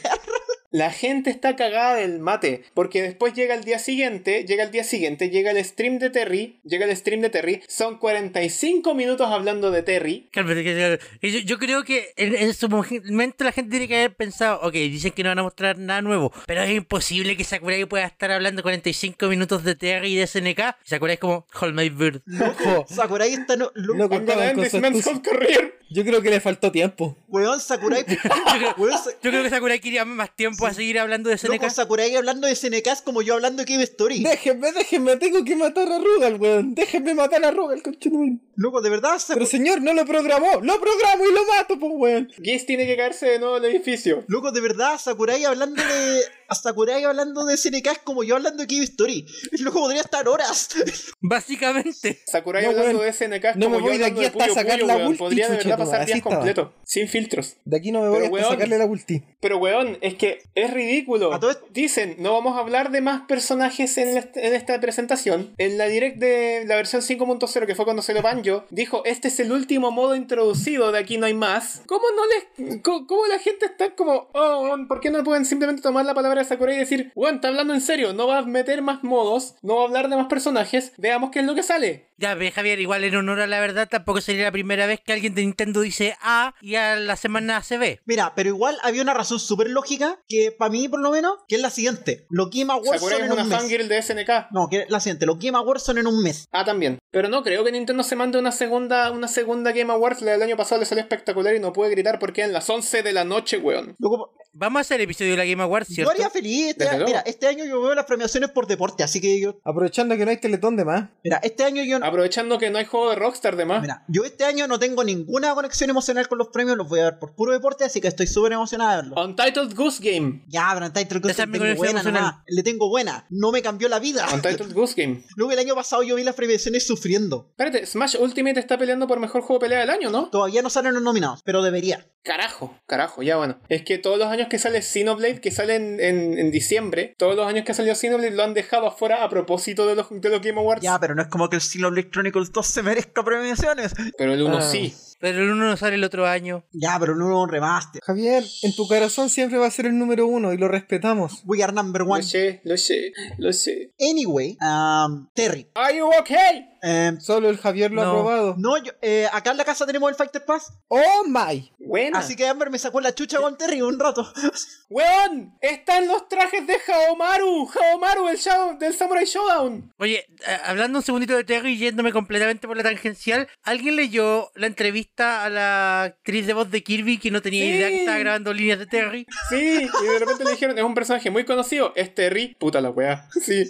S1: La gente está cagada del mate, porque después llega el día siguiente, llega el día siguiente, llega el stream de Terry, llega el stream de Terry, son 45 minutos hablando de Terry.
S2: Cálmate, que- que- Yo, yo creo que en, en su momento la gente tiene que haber pensado, ok, dicen que no van a mostrar nada nuevo, pero es imposible que Sakurai pueda estar hablando 45 minutos de TR y de SNK. Y Sakurai es como, hold my bird.
S4: Ojo,
S3: Sakurai está no, lo-
S4: Oh. No
S1: I'm gonna
S4: contaban
S1: end
S4: con
S1: this
S4: su
S1: man's
S4: astucia.
S1: whole career.
S4: Yo creo que le faltó tiempo.
S3: Weón,
S4: (laughs)
S3: Sakurai.
S2: creo-
S3: weón, Sa-
S2: Yo creo que Sakurai quería más tiempo a seguir hablando de SNK.
S3: loco, Sakurai hablando de SNK es como yo hablando de Cave Story.
S4: Déjenme, déjenme, tengo que matar a Rugal, weón. Déjenme matar a Rugal, conchetumal.
S3: Loco, de verdad,
S4: Pero
S3: Sakurai.
S4: señor, no lo programó. Lo programo y lo mato, pues, weón.
S1: Giz tiene que caerse de nuevo del edificio.
S3: Loco, de verdad, Sakurai hablando de. a Sakurai hablando de SNK es como yo hablando de Cave Story. (laughs) Loco, podría estar horas. (laughs)
S2: Básicamente.
S1: Sakurai
S4: No,
S1: hablando
S4: weón.
S1: de SNK es
S4: No
S1: como
S4: me
S1: yo
S4: voy de
S1: hablando
S4: aquí
S1: de
S4: hasta
S1: Puyo
S4: sacar
S1: Puyo,
S4: la
S1: weón.
S4: ulti,
S1: Podría de verdad
S4: chuchetumare,
S1: pasar
S4: así
S1: días
S4: estaba.
S1: completos, sin filtros.
S4: De aquí no me voy
S1: Pero,
S4: hasta
S1: weón.
S4: sacarle la ulti.
S1: Pero weón, es que es ridículo.
S3: A todo esto-
S1: Dicen, no vamos a hablar de más personajes en, la- en esta presentación. En la direct de la versión 5.0, que fue cuando se lo banjo, dijo, este es el último modo introducido, de aquí no hay más. ¿Cómo no les... co- cómo la gente está como, oh, weón, ¿por qué no pueden simplemente tomar la palabra de Sakurai y decir, weón, está hablando en serio, no va a meter más modos, no va a hablar de más personajes, veamos qué es lo que sale?
S2: Ya, ve, Javier, igual en honor a la verdad, tampoco sería la primera vez que alguien de Nintendo dice A y a la semana se ve.
S3: Mira, pero igual había una razón súper lógica que que para mí, por lo menos, que es la siguiente. Lo quema
S1: Sakura
S3: Warzone
S1: es
S3: en
S1: una
S3: un mes.
S1: fangirl de SNK.
S3: No, que la siguiente, lo quema Warzone en un mes.
S1: Ah, también. Pero no creo que Nintendo se mande una segunda, una segunda Game Awards. La del año pasado le salió espectacular y no pude gritar porque eran las 11 de la noche, weón.
S3: Loco,
S2: Vamos a hacer episodio de la Game Awards,
S3: yo
S2: ¿cierto?
S3: haría feliz. Este,
S1: Desde luego.
S3: mira, este año yo veo las premiaciones por deporte, así que yo.
S4: Aprovechando que no hay teletón de más.
S3: Mira, este año
S2: Ah,
S3: yo.
S1: Aprovechando que no hay juego de Rockstar de más.
S3: Mira, yo este año no tengo ninguna conexión emocional con los premios, los voy a ver por puro deporte, así que estoy súper emocionada de verlo.
S1: Untitled Goose Game.
S3: Ya, pero Untitled Goose
S2: Ah. Esa es
S3: le
S2: mi
S3: tengo
S2: conexión
S3: buena,
S2: emocional.
S3: nomás. le tengo buena, no me cambió la vida.
S1: Untitled Goose Game.
S3: (laughs) Luego el año pasado yo vi las premiaciones sufriendo.
S1: Espérate, Smash Ultimate está peleando por mejor juego de pelea del año, ¿no?
S3: Todavía no salen los nominados, pero debería.
S1: Carajo, carajo, ya bueno. Es que todos los años que sale Xenoblade, que sale en, en- en diciembre, todos los años que salió Xenoblade lo han dejado afuera a propósito de los, de los Game Awards.
S3: Ya, pero no es como que el Xenoblade Chronicles 2 se merezca premiaciones.
S1: Pero el uno
S4: Ah.
S1: sí.
S2: Pero el uno no sale el otro año.
S3: Ya, pero no un remaster.
S4: Javier, en tu corazón siempre va a ser el número uno y lo respetamos.
S3: We are number
S1: Lo
S3: one.
S1: sé, lo sé, lo sé.
S3: Anyway, um, Terry.
S1: ¿Are you okay?
S3: em,
S4: Solo el Javier lo
S2: No.
S4: ha probado.
S3: no, yo- eh, acá en la casa tenemos el Fighter Pass,
S4: ¡Oh my!
S1: Buena.
S3: así que Amber me sacó la chucha con Terry un rato. (laughs)
S1: ¡Weón! ¡Están los trajes de Haomaru! ¡Haomaru el Shadow- del Samurai Showdown!
S2: Oye, a- hablando un segundito de Terry y yéndome completamente por la tangencial, ¿alguien leyó la entrevista a la actriz de voz de Kirby que no tenía
S1: Sí.
S2: idea que estaba grabando líneas de Terry?
S1: Sí, y de repente le dijeron, es un personaje muy conocido, es Terry. Puta la weá. Sí.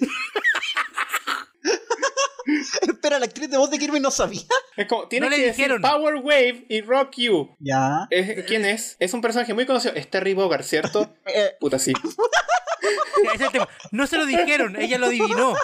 S3: (laughs) Espera, la actriz de voz de Kirby no sabía.
S1: Es como, tienes
S2: le
S1: que decir
S2: dijeron.
S1: Power Wave y Rock You.
S3: Ya.
S1: Es- ¿Quién es? Es un personaje muy conocido. Es Terry Bogard, ¿cierto?
S3: Eh,
S1: Puta,
S3: (laughs)
S1: sí.
S2: Ese es el tema. No se lo dijeron, ella lo adivinó.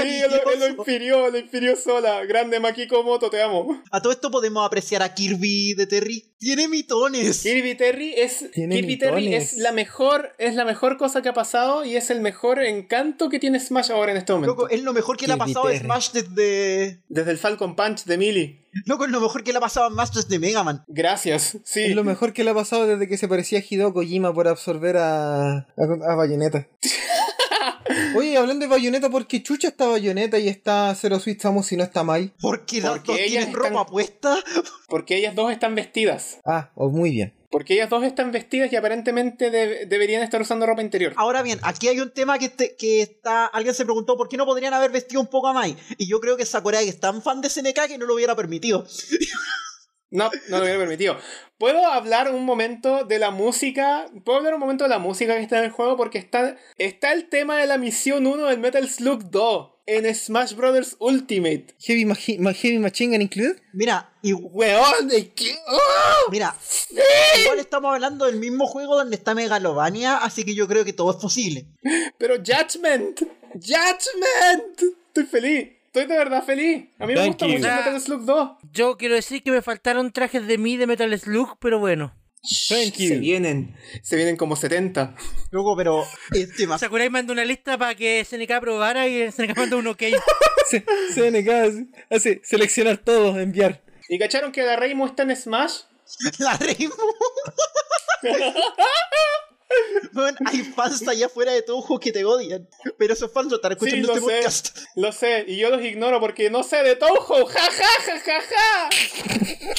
S1: Sí, él, lo- él lo infirió, lo infirió sola. Grande Makiko Moto, te amo.
S3: A todo esto podemos apreciar a Kirby de Terry. Tiene mitones.
S1: Kirby Terry es
S4: Tiene
S1: Kirby Terry
S4: mitones.
S1: es la mejor es la mejor cosa que ha pasado y es el mejor encanto que tiene Smash ahora en este momento.
S3: Loco, es lo mejor que le ha
S4: Kirby
S3: pasado a
S4: Terry.
S3: Smash desde.
S1: Desde el Falcon Punch de Mili.
S3: Loco, es lo mejor que le ha pasado a Smash desde Mega Man.
S1: Gracias. Sí.
S4: Es lo mejor que le ha pasado desde que se parecía a Hideo Kojima por absorber a, a, a (laughs) Bayonetta. Oye, hablando de Bayonetta, ¿por qué chucha está Bayonetta y está Zero Suit Samus y no está Mai?
S3: Porque las
S1: Porque
S3: dos
S1: ellas
S3: tienen
S1: están-
S3: ropa puesta.
S1: Porque ellas dos están vestidas.
S4: Ah, oh, muy bien.
S1: Porque ellas dos están vestidas y aparentemente de- deberían estar usando ropa interior.
S3: Ahora bien, aquí hay un tema que, este- que está. Alguien se preguntó por qué no podrían haber vestido un poco a Mai. Y yo creo que Sakurai es tan fan de SNK que no lo hubiera permitido.
S1: No, no lo hubiera permitido. ¿Puedo hablar un momento de la música? ¿Puedo hablar un momento de la música que está en el juego? Porque está, está el tema de la misión 1 del Metal Slug 2 en Smash Bros. Ultimate.
S4: Heavy, Machi- Ma- heavy Machine Gun Included.
S3: Mira, y-
S1: ¡Weón! ¿de qué? ¡Oh!
S3: mira, igual estamos hablando del mismo juego donde está Megalovania, así que yo creo que todo es posible.
S1: Pero Judgment. Judgment. Estoy feliz. Estoy de verdad feliz. A mí me
S4: Thank
S1: gusta
S4: you.
S1: mucho el Metal Slug 2.
S2: Yo quiero decir que me faltaron trajes de mí de Metal Slug, pero bueno.
S4: Thank
S1: Se
S4: you.
S1: vienen. Se vienen como 70.
S3: Loco, pero es demasiado.
S2: Sakurai mandó una lista para que SNK aprobara y SNK
S1: (laughs)
S2: mandó un ok.
S4: Se- CNK hace- hace seleccionar todo, enviar.
S1: ¿Y cacharon que la Reimo está en Smash?
S3: (laughs) La Rainbow. Weón, hay fans allá afuera de todo juego que te odian. Pero esos fans lo están
S1: Sí,
S3: escuchando
S1: lo
S3: este
S1: sé.
S3: podcast.
S1: Lo sé. Y yo los ignoro porque no sé de Touhou. ¡Ja, ja, ja, ja, ja!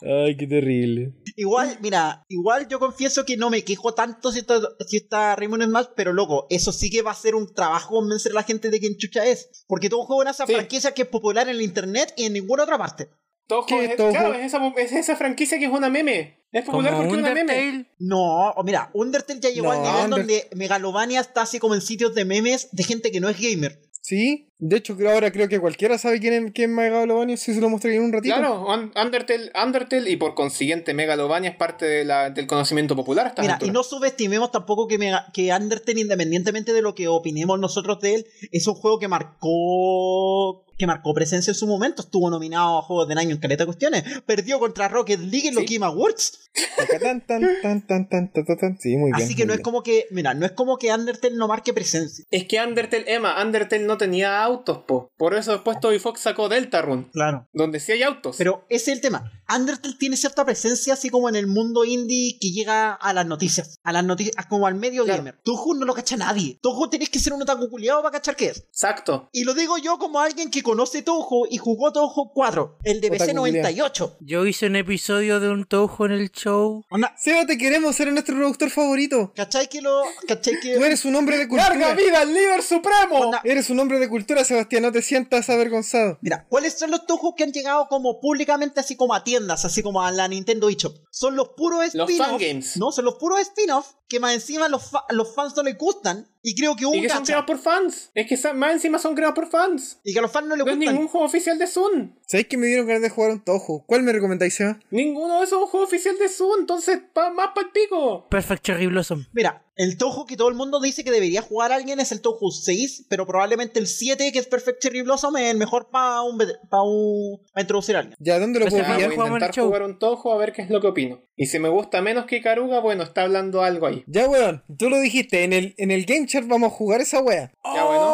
S4: Ay, qué terrible.
S3: Igual, mira, igual yo confieso que no me quejo tanto si está, si está Rainbow en Smash, pero loco, eso sí que va a ser un trabajo convencer a la gente de quién chucha es. Porque todo juego en esa
S1: Sí.
S3: franquicia que es popular en el internet y en ninguna otra parte.
S1: Toho
S4: ¿Qué
S1: es,
S4: Toho?
S1: claro, es esa, es esa franquicia que es una meme. Es popular
S2: Como
S1: porque es una meme.
S2: Undertale.
S3: No, o mira, Undertale ya llegó
S4: No,
S3: al nivel
S4: Under-
S3: donde Megalovania está así como en sitios de memes de gente que no es gamer.
S4: Sí, de hecho creo- ahora creo que cualquiera sabe quién es, quién es Megalovania si se lo mostré en un ratito.
S1: Claro, Un- Undertale, Undertale y por consiguiente Megalovania es parte de la- del conocimiento popular hasta
S3: Mira, y no subestimemos tampoco que, Mega- que Undertale, independientemente de lo que opinemos nosotros de él, es un juego que marcó que marcó presencia en su momento. Estuvo nominado a Juegos del Año en caleta de cuestiones. Perdió contra Rocket League en los
S1: Sí.
S3: Game Awards.
S4: Taca, tan, tan, tan, tan, tan, tan, tan, tan. Sí, muy bien.
S3: Así que
S4: muy
S3: no es
S4: bien.
S3: como que, mira, no es como que Undertale no marque presencia.
S1: Es que Undertale, Emma, Undertale no tenía autos, po. Por eso después Toby Fox sacó Deltarune,
S3: Claro.
S1: donde sí hay autos.
S3: Pero ese es el tema. Undertale tiene cierta presencia así como en el mundo indie que llega a las noticias. A las noticias, como al medio
S1: Claro.
S3: gamer. Toho no lo cacha nadie. Toho tenés que ser un otaku culiado para cachar qué es.
S1: Exacto.
S3: Y lo digo yo como alguien que conoce Toho y jugó Toho 4, el de PC
S4: Otaku
S3: 98.
S2: Yo hice un episodio de un tojo en el show.
S3: Onda,
S4: Seba, te queremos, eres nuestro productor favorito.
S3: ¿Cachai que lo.? ¿Cachai que.?
S4: Tú eres un hombre de cultura.
S1: ¡Larga vida al líder supremo!
S3: Onda-
S4: Eres un hombre de cultura, Sebastián, no te sientas avergonzado.
S3: Mira, ¿cuáles son los tojos que han llegado como públicamente así como a tiendas, así como a la Nintendo eShop? Son los puros
S1: Los
S3: spin-off.
S1: fangames.
S3: No, son los puros spin-off que más encima los, fa- los fans no les gustan y creo que un
S1: Y que son
S3: gacha,
S1: creados por fans. Es que sa- más encima son creados por fans.
S3: y que a los fans no les
S1: No es
S3: gustan.
S1: ningún juego oficial de Zoom.
S4: ¿Sabéis que me dieron ganas de jugar un tojo? ¿Cuál me recomendáis, Seba?
S1: Ninguno de esos es un juego oficial de Zoom. Entonces, pa- más para el pico.
S2: Perfect Cherry Blossom.
S3: Mira, el tojo que todo el mundo dice que debería jugar alguien es el tojo 6, pero probablemente el 7, que es Perfect Cherry Blossom, es el mejor para un, pa un, pa introducir a alguien.
S4: ¿Ya dónde lo
S2: Pues
S4: puedo
S1: Ya, Ah, voy
S2: Obvio.
S1: a
S4: pillar?
S2: Jugamos en el
S1: intentar
S2: show.
S1: jugar un tojo a ver qué es lo que opino. Y si me gusta menos que Caruga, bueno, está hablando algo ahí.
S4: Ya, weón, tú lo dijiste, en el, en el Game Chart vamos a jugar esa wea.
S1: Ya, bueno.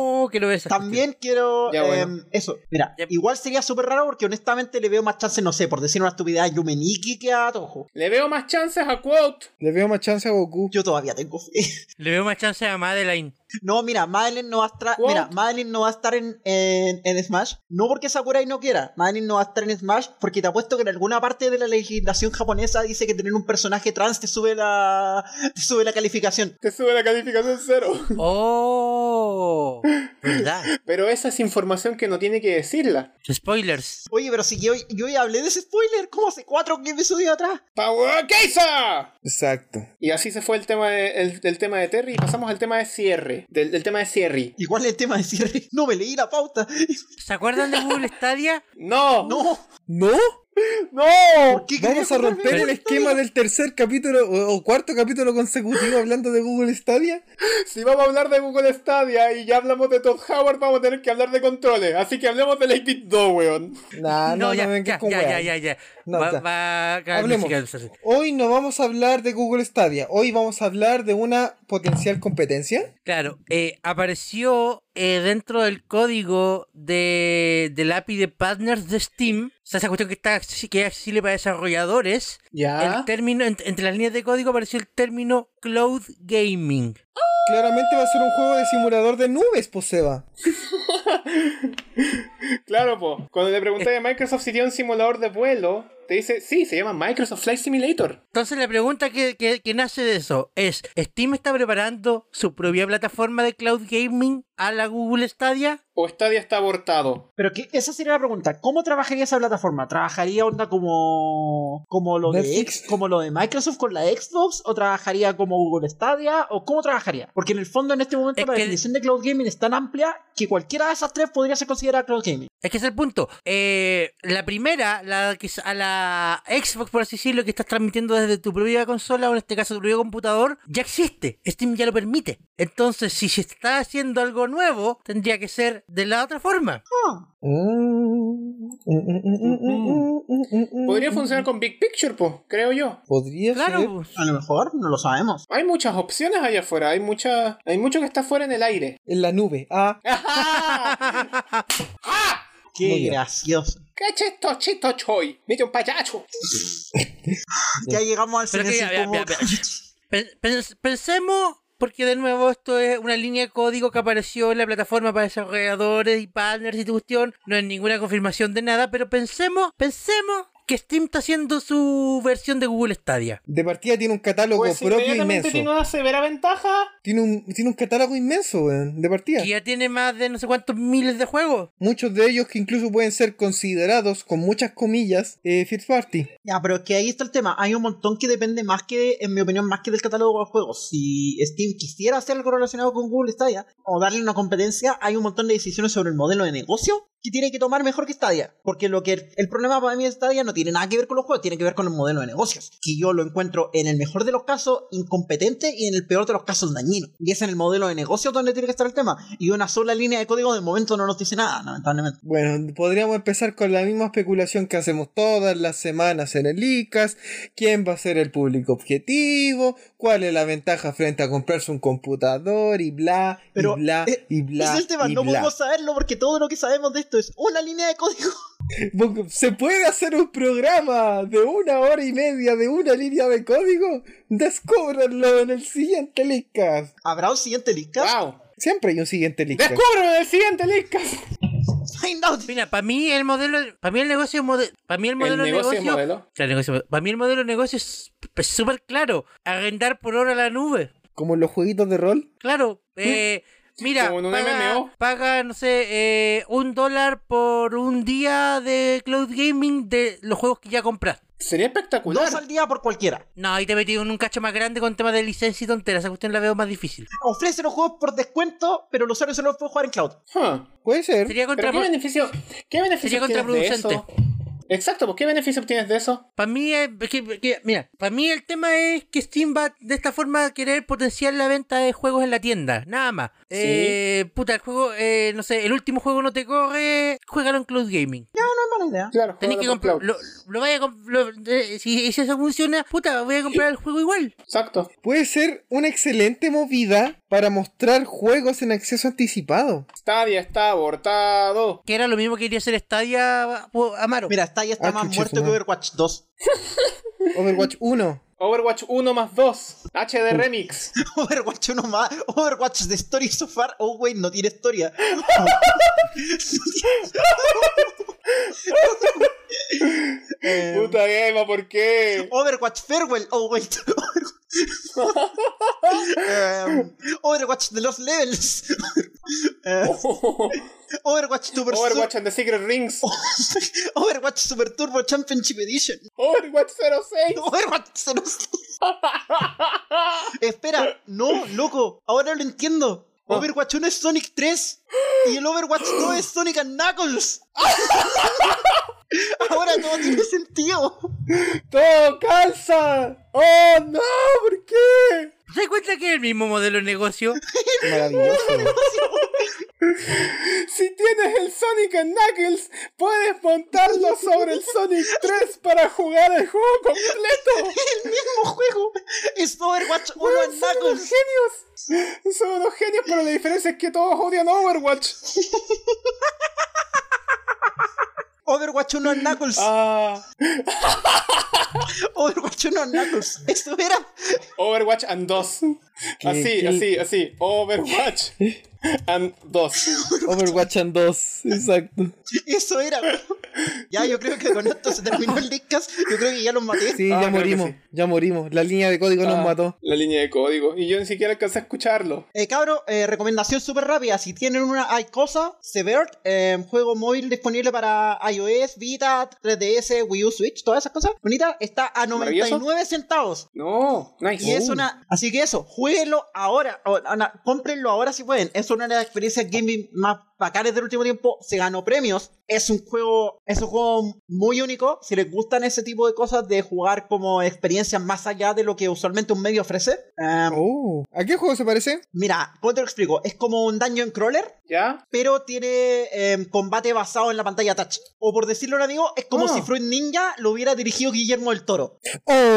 S2: Oh, que lo ves.
S3: También quiero.
S1: Ya,
S3: eh,
S1: bueno.
S3: eso, mira,
S2: Ya.
S3: igual sería súper raro porque honestamente le veo más chance, no sé, por decir una estupidez a Yumeniki que a Tojo.
S1: Le veo más chances a Quote.
S4: Le veo más chance a Goku.
S3: Yo todavía tengo fe. (laughs)
S2: Le veo más chance a Madeline.
S3: No, mira, Madeline no va a estar.
S1: What?
S3: Mira, Madeline no va a estar en, en, en Smash. No porque Sakurai no quiera. Madeline no va a estar en Smash porque te apuesto que en alguna parte de la legislación japonesa dice que tener un personaje trans te sube la. (laughs) te sube la calificación.
S1: Te sube la calificación cero.
S2: Oh,
S4: (laughs)
S2: verdad.
S1: (laughs) Pero esa es información que no tiene que decirla.
S2: Spoilers.
S3: Oye, pero si yo, yo ya hablé de ese spoiler, como hace cuatro episodios atrás.
S1: ¡Power Kaiser!
S4: Exacto.
S1: Y así se fue el tema de, el, el tema de Terry y pasamos al tema de cierre. Del, del tema de cierre.
S3: Igual el tema de cierre. No me leí la pauta. (laughs)
S2: ¿Se acuerdan de Google
S4: (laughs)
S2: Stadia?
S1: ¡No!
S3: No.
S4: ¿No?
S3: ¿Por qué quería
S4: ¿Vamos a
S3: acordarme
S4: romper
S3: de
S4: el
S3: la
S4: esquema del tercer capítulo o, o cuarto capítulo consecutivo hablando de Google Stadia?
S1: Si vamos a hablar de Google Stadia y ya hablamos de Todd Howard, vamos a tener que hablar de controles. Así que hablemos del 8-bit-2, weón. (laughs)
S4: Nah, Ah, no, no,
S2: ya,
S4: me vengas
S2: ya,
S4: con
S2: ya,
S4: weas.
S2: ya, ya, ya.
S4: No,
S2: va,
S4: ya.
S2: va- acá,
S4: Hablemos.
S2: música.
S4: Hoy no vamos a hablar de Google Stadia, hoy vamos a hablar de una potencial competencia.
S2: Claro, eh, apareció eh, dentro del código de, del API de Partners de Steam, o sea, esa cuestión que, está, acces- que es accesible para desarrolladores,
S1: Ya.
S2: el término, ent- entre las líneas de código apareció el término Cloud Gaming.
S4: Claramente va a ser un juego de simulador de nubes, pues, poseba.
S1: Claro, po. Cuando le pregunté a Microsoft si tiene un simulador de vuelo, te dice, sí, se llama Microsoft Flight Simulator.
S2: Entonces la pregunta que, que- que nace de eso es, ¿Steam está preparando su propia plataforma de Cloud Gaming a la Google Stadia?
S1: O Stadia está abortado.
S3: Pero que esa sería la pregunta. ¿Cómo trabajaría esa plataforma? ¿Trabajaría onda como como lo de
S4: Netflix.
S3: X- como lo de Microsoft con la Xbox o trabajaría como Google Stadia o cómo trabajaría? Porque en el fondo en este momento
S2: Es
S3: la
S2: que-
S3: definición de cloud gaming es tan amplia que cualquiera de esas tres podría ser considerada cloud gaming.
S2: Es que es el punto. Eh, la primera, la que es a la Xbox, por así decirlo, que estás transmitiendo desde tu propia consola o en este caso tu propio computador, ya existe. Steam ya lo permite. Entonces, si se está haciendo algo nuevo, tendría que ser de la otra forma.
S3: Ah,
S1: Podría funcionar con Big Picture, po, creo yo.
S4: Podría ser.
S2: Claro, pues.
S3: a lo mejor no lo sabemos.
S1: Hay muchas opciones allá afuera, hay mucha, hay mucho que está fuera en el aire.
S4: En la nube. Ah,
S3: Qué
S4: Muy bien.
S3: gracioso.
S1: ¡Qué chisto, chisto, choy! ¡Mete un payacho!
S4: Pues
S3: Ya llegamos al
S2: Pero que
S3: silencio
S2: ya, ya,
S3: incómodo.
S2: ya, Pen- pens- pensemos, porque de nuevo esto es una línea de código que apareció en la plataforma para desarrolladores y partners y tu cuestión, no es ninguna confirmación de nada, pero pensemos, pensemos que Steam está haciendo su versión de Google Stadia.
S4: de partida tiene un catálogo
S1: Pues
S4: propio
S1: inmediatamente
S4: inmenso.
S1: tiene una severa ventaja.
S4: Tiene un, tiene un catálogo inmenso, weón, de partida.
S2: Que ya tiene más de no sé cuántos miles de juegos.
S4: Muchos de ellos que incluso pueden ser considerados, con muchas comillas, eh, first party.
S3: Ya, pero es que ahí está el tema. Hay un montón que depende más que, en mi opinión, más que del catálogo de juegos. Si Steam quisiera hacer algo relacionado con Google Stadia o darle una competencia, hay un montón de decisiones sobre el modelo de negocio que tiene que tomar mejor que Stadia. Porque lo que el, el problema para mí de Stadia no tiene nada que ver con los juegos, tiene que ver con el modelo de negocios. Que yo lo encuentro en el mejor de los casos incompetente y en el peor de los casos dañino. Y es en el modelo de negocio donde tiene que estar el tema. Y una sola línea de código de momento no nos dice nada, lamentablemente.
S4: Bueno, podríamos empezar con la misma especulación que hacemos todas las semanas en el ICAS. ¿Quién va a ser el público objetivo? ¿Cuál es la ventaja frente a comprarse un computador? Y bla,
S3: Pero,
S4: y bla,
S3: eh,
S4: y bla.
S3: Ese es el tema,
S4: y
S3: no
S4: bla.
S3: podemos saberlo porque todo lo que sabemos de esto es una línea de código. (laughs)
S4: Porque ¿Se puede hacer un programa de una hora y media de una línea de código? Descúbranlo en el siguiente Lickcast.
S3: ¿Habrá un siguiente Lickcast?
S1: ¡Wow!
S4: Siempre hay un siguiente Lickcast.
S1: ¡Descúbrelo en el siguiente Lickcast!
S3: (laughs) Find out.
S2: Mira, para mí el modelo, para mí el negocio, para mí el modelo
S1: el negocio, es
S2: negocio,
S1: modelo.
S2: para mí el modelo de negocio es p- súper claro. Arrendar por hora la nube.
S4: Como en los jueguitos de rol.
S2: Claro. eh, mira,
S1: Mm. Como en un
S2: paga,
S1: MMO.
S2: paga, no sé, eh, un dólar por un día de cloud gaming de los juegos que ya compraste.
S1: Sería espectacular.
S3: Dos al día por cualquiera.
S2: No, ahí te metí en un cacho más grande con temas de licencia y tonteras. Esa cuestión la veo más difícil.
S3: Ofrece los juegos por descuento, pero el usuario solo puede jugar en cloud.
S1: Huh.
S4: Puede ser.
S2: Sería
S1: ¿Pero qué
S2: contra...
S1: beneficio, qué beneficio
S2: Sería
S1: obtienes de eso? Exacto, pues ¿qué beneficio obtienes de eso?
S2: Para mí, es- es que- que- mira, para mí el tema es que Steam va de esta forma a querer potenciar la venta de juegos en la tienda, nada más. Eh, puta, el juego, eh, no sé, el último juego no te corre, juégalo en Cloud Gaming.
S3: No es mala idea.
S1: Claro,
S2: Tenés que
S1: juego
S2: comprar,
S1: con cloud.
S2: lo, lo vaya a comp- lo- eh, si, si eso funciona, puta, voy a comprar el juego igual.
S1: Exacto.
S4: Puede ser una excelente movida para mostrar juegos en acceso anticipado.
S1: Stadia está abortado.
S2: Que era lo mismo que quería hacer Stadia po- Amaro.
S3: Mira, está ya está
S4: Ah,
S3: más
S4: chucha,
S3: muerto
S4: su
S3: que
S4: madre.
S3: Overwatch 2.
S4: Overwatch
S1: (laughs)
S4: 1.
S1: Overwatch 1 más 2. HD Remix.
S3: (laughs) Overwatch 1 más. Overwatch de Story so far. Oh, wait, no tiene historia. Eh,
S1: Puta Emma, ¿por qué?
S3: Overwatch Farewell. Oh, wait. (laughs) Em, Overwatch The Lost Levels. (laughs)
S4: (laughs)
S3: Eh, Overwatch Super
S1: Overwatch and the Secret Rings.
S3: Sur- (laughs) Overwatch Super Turbo Championship Edition. (laughs)
S1: Overwatch 06.
S3: Overwatch
S1: (laughs)
S3: 06. Espera, no, loco, ahora lo entiendo.
S1: Ah.
S3: Overwatch 1 es Sonic 3 y el Overwatch 2 es Sonic
S1: (laughs)
S3: and Knuckles. Ahora todo
S1: (laughs)
S3: tiene sentido. (laughs)
S1: Todo ¡Oh, calza. Oh no, ¿por qué?
S2: ¿Te das cuenta que es el mismo modelo de negocio?
S4: Maravilloso.
S1: (laughs) Si tienes el Sonic and Knuckles, puedes montarlo sobre el Sonic 3 para jugar el juego completo.
S3: El mismo juego es Overwatch 1
S1: Weón,
S3: and
S1: son unos
S3: Knuckles.
S1: genios. Son unos genios, pero la diferencia es que todos odian Overwatch.
S3: Overwatch 1 and Knuckles.
S1: Ah,
S3: (laughs) Overwatch 1 and Knuckles. Eso era.
S1: Overwatch and 2. Así,
S4: qué-
S1: así, así. Overwatch and 2.
S4: Overwatch and 2. Exacto.
S3: Eso era. Ya, yo creo que con esto se terminó el Leadcast. Yo creo que ya los maté.
S4: Sí,
S1: Ah,
S4: ya
S1: creo que
S4: morimos.
S1: sí. Ah.
S4: Ya morimos. La línea de código nos mató.
S1: La línea de código. Y yo ni siquiera alcancé a escucharlo.
S3: Eh, cabro, eh, recomendación súper rápida. Si tienen una iCosa, Severed, eh, juego móvil disponible para iOS, Vita, 3DS, Wii U, Switch, todas esas cosas. Bonita, está a 99 centavos.
S1: No, nice.
S3: Y es una. Así que eso, jueguenlo ahora. o- ana- cómprenlo ahora si pueden. Es una de las experiencias gaming más bacanas del último tiempo. Se ganó premios. Es un juego. Es un juego muy único. Si les gustan ese tipo de cosas de jugar como experiencias más allá de lo que usualmente un medio ofrece. eh,
S4: Oh. ¿A qué juego se parece?
S3: Mira, ¿cómo te lo explico? Es como un dungeon crawler,
S1: ¿Ya?
S3: pero tiene eh, combate basado en la pantalla touch. O por decirlo en amigo, es como
S1: Ah.
S3: si Fruit Ninja lo hubiera dirigido Guillermo del Toro.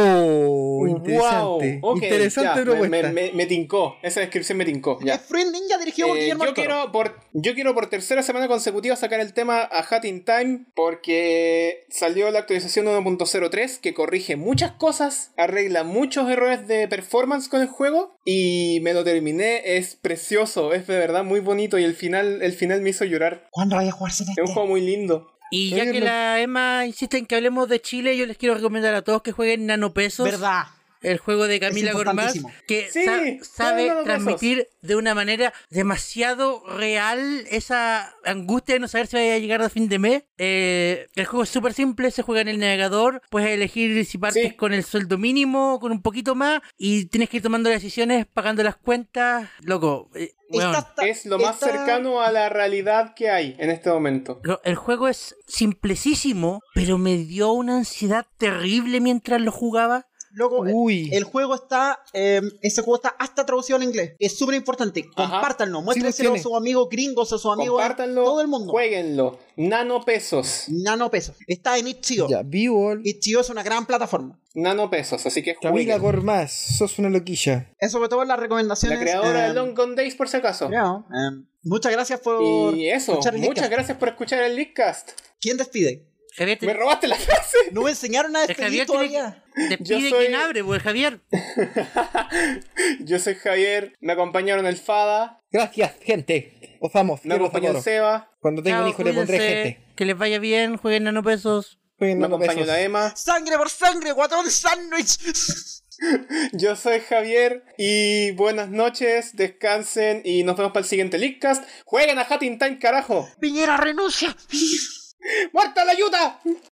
S4: Oh,
S1: Wow,
S4: interesante.
S1: ok,
S4: interesante
S1: ya,
S4: propuesta.
S1: me, me, me- me tincó. Esa descripción me tincó. Ya.
S3: Es Fruit Ninja dirigido por
S1: Eh,
S3: Guillermo
S1: yo,
S3: del Toro.
S1: quiero por, yo quiero por tercera semana consecutiva sacar el tema a Hat in Time porque salió la actualización 1.03 que corrige muchas cosas, arregla muchos errores de performance con el juego y me lo terminé. Es precioso, es de verdad muy bonito y el final, el final me hizo llorar.
S3: ¿Cuándo vaya a jugarse
S1: Es un
S3: este?
S1: juego muy lindo.
S2: Y ya
S4: Oye,
S2: que
S4: no-
S2: la Emma insiste en que hablemos de Chile, yo les quiero recomendar a todos que jueguen Nanopesos.
S3: ¿Verdad?
S2: El juego de Camila Gormaz,
S3: importantísimo.
S2: que
S1: Sí,
S2: sa-
S1: jueguen
S2: sabe
S1: Nanopesos.
S2: transmitir de una manera demasiado real esa angustia de no saber si vaya a llegar a fin de mes. Eh, el juego es súper simple, se juega en el navegador, puedes elegir si partes
S1: Sí.
S2: con el sueldo mínimo, con un poquito más, y tienes que ir tomando las decisiones, pagando las cuentas. Loco, eh, weón.
S3: Esta está-
S1: Es lo más
S3: esta-
S1: cercano a la realidad que hay en este momento.
S2: Pero El juego es simplecísimo, pero me dio una ansiedad terrible mientras lo jugaba.
S3: Loco, eh,
S4: Uy.
S3: el juego está. eh, ese juego está hasta traducido al inglés. Es súper importante.
S1: Ajá.
S3: Compártanlo.
S4: Sí, lo
S3: Muéstrenselo a
S4: tiene.
S3: sus amigos gringos, a sus amigos.
S1: Compártanlo,
S3: Todo el mundo.
S1: jueguenlo. Nano pesos,
S3: Nano pesos. Está en Itch.io.
S4: Ya, B-Wall.
S3: Itch.io es una gran plataforma.
S1: nano pesos, así que
S4: Camila
S1: jueguen.
S4: Gormaz, sos una loquilla.
S3: Es sobre todo las recomendaciones.
S1: La creadora de
S3: em,
S1: Long Gone Days, por si acaso.
S3: creo, em, muchas gracias por.
S1: Y eso,
S3: escuchar el
S1: muchas
S3: Leadcast.
S1: gracias por escuchar el Leadcast.
S3: ¿Quién despide?
S2: Javier, te-
S1: Me robaste la frase. (laughs)
S3: No me enseñaron a
S2: el Javier
S3: despedir
S2: tiene que-
S3: todavía.
S2: te
S1: Yo
S2: pide
S1: soy-
S2: quien abre, pues Javier.
S1: Yo soy Javier, me acompañaron el Fada,
S4: Gracias, gente. Os amo.
S1: me
S4: quiero,
S1: acompañó el
S4: os adoro.
S1: Seba,
S4: Cuando tenga un
S2: Chao,
S4: hijo le pondré
S2: cuídense,
S4: gente.
S2: Que les vaya bien, jueguen nano pesos.
S4: Jueguen
S1: me
S4: dando
S1: acompañó
S4: besos.
S1: la Emma.
S3: Sangre por sangre, guatón sándwich.
S1: Yo soy Javier y buenas noches, descansen y nos vemos para el siguiente Leakcast. Jueguen a Hat in Time, carajo.
S3: Piñera renuncia.
S1: ¡Muerta la ayuda!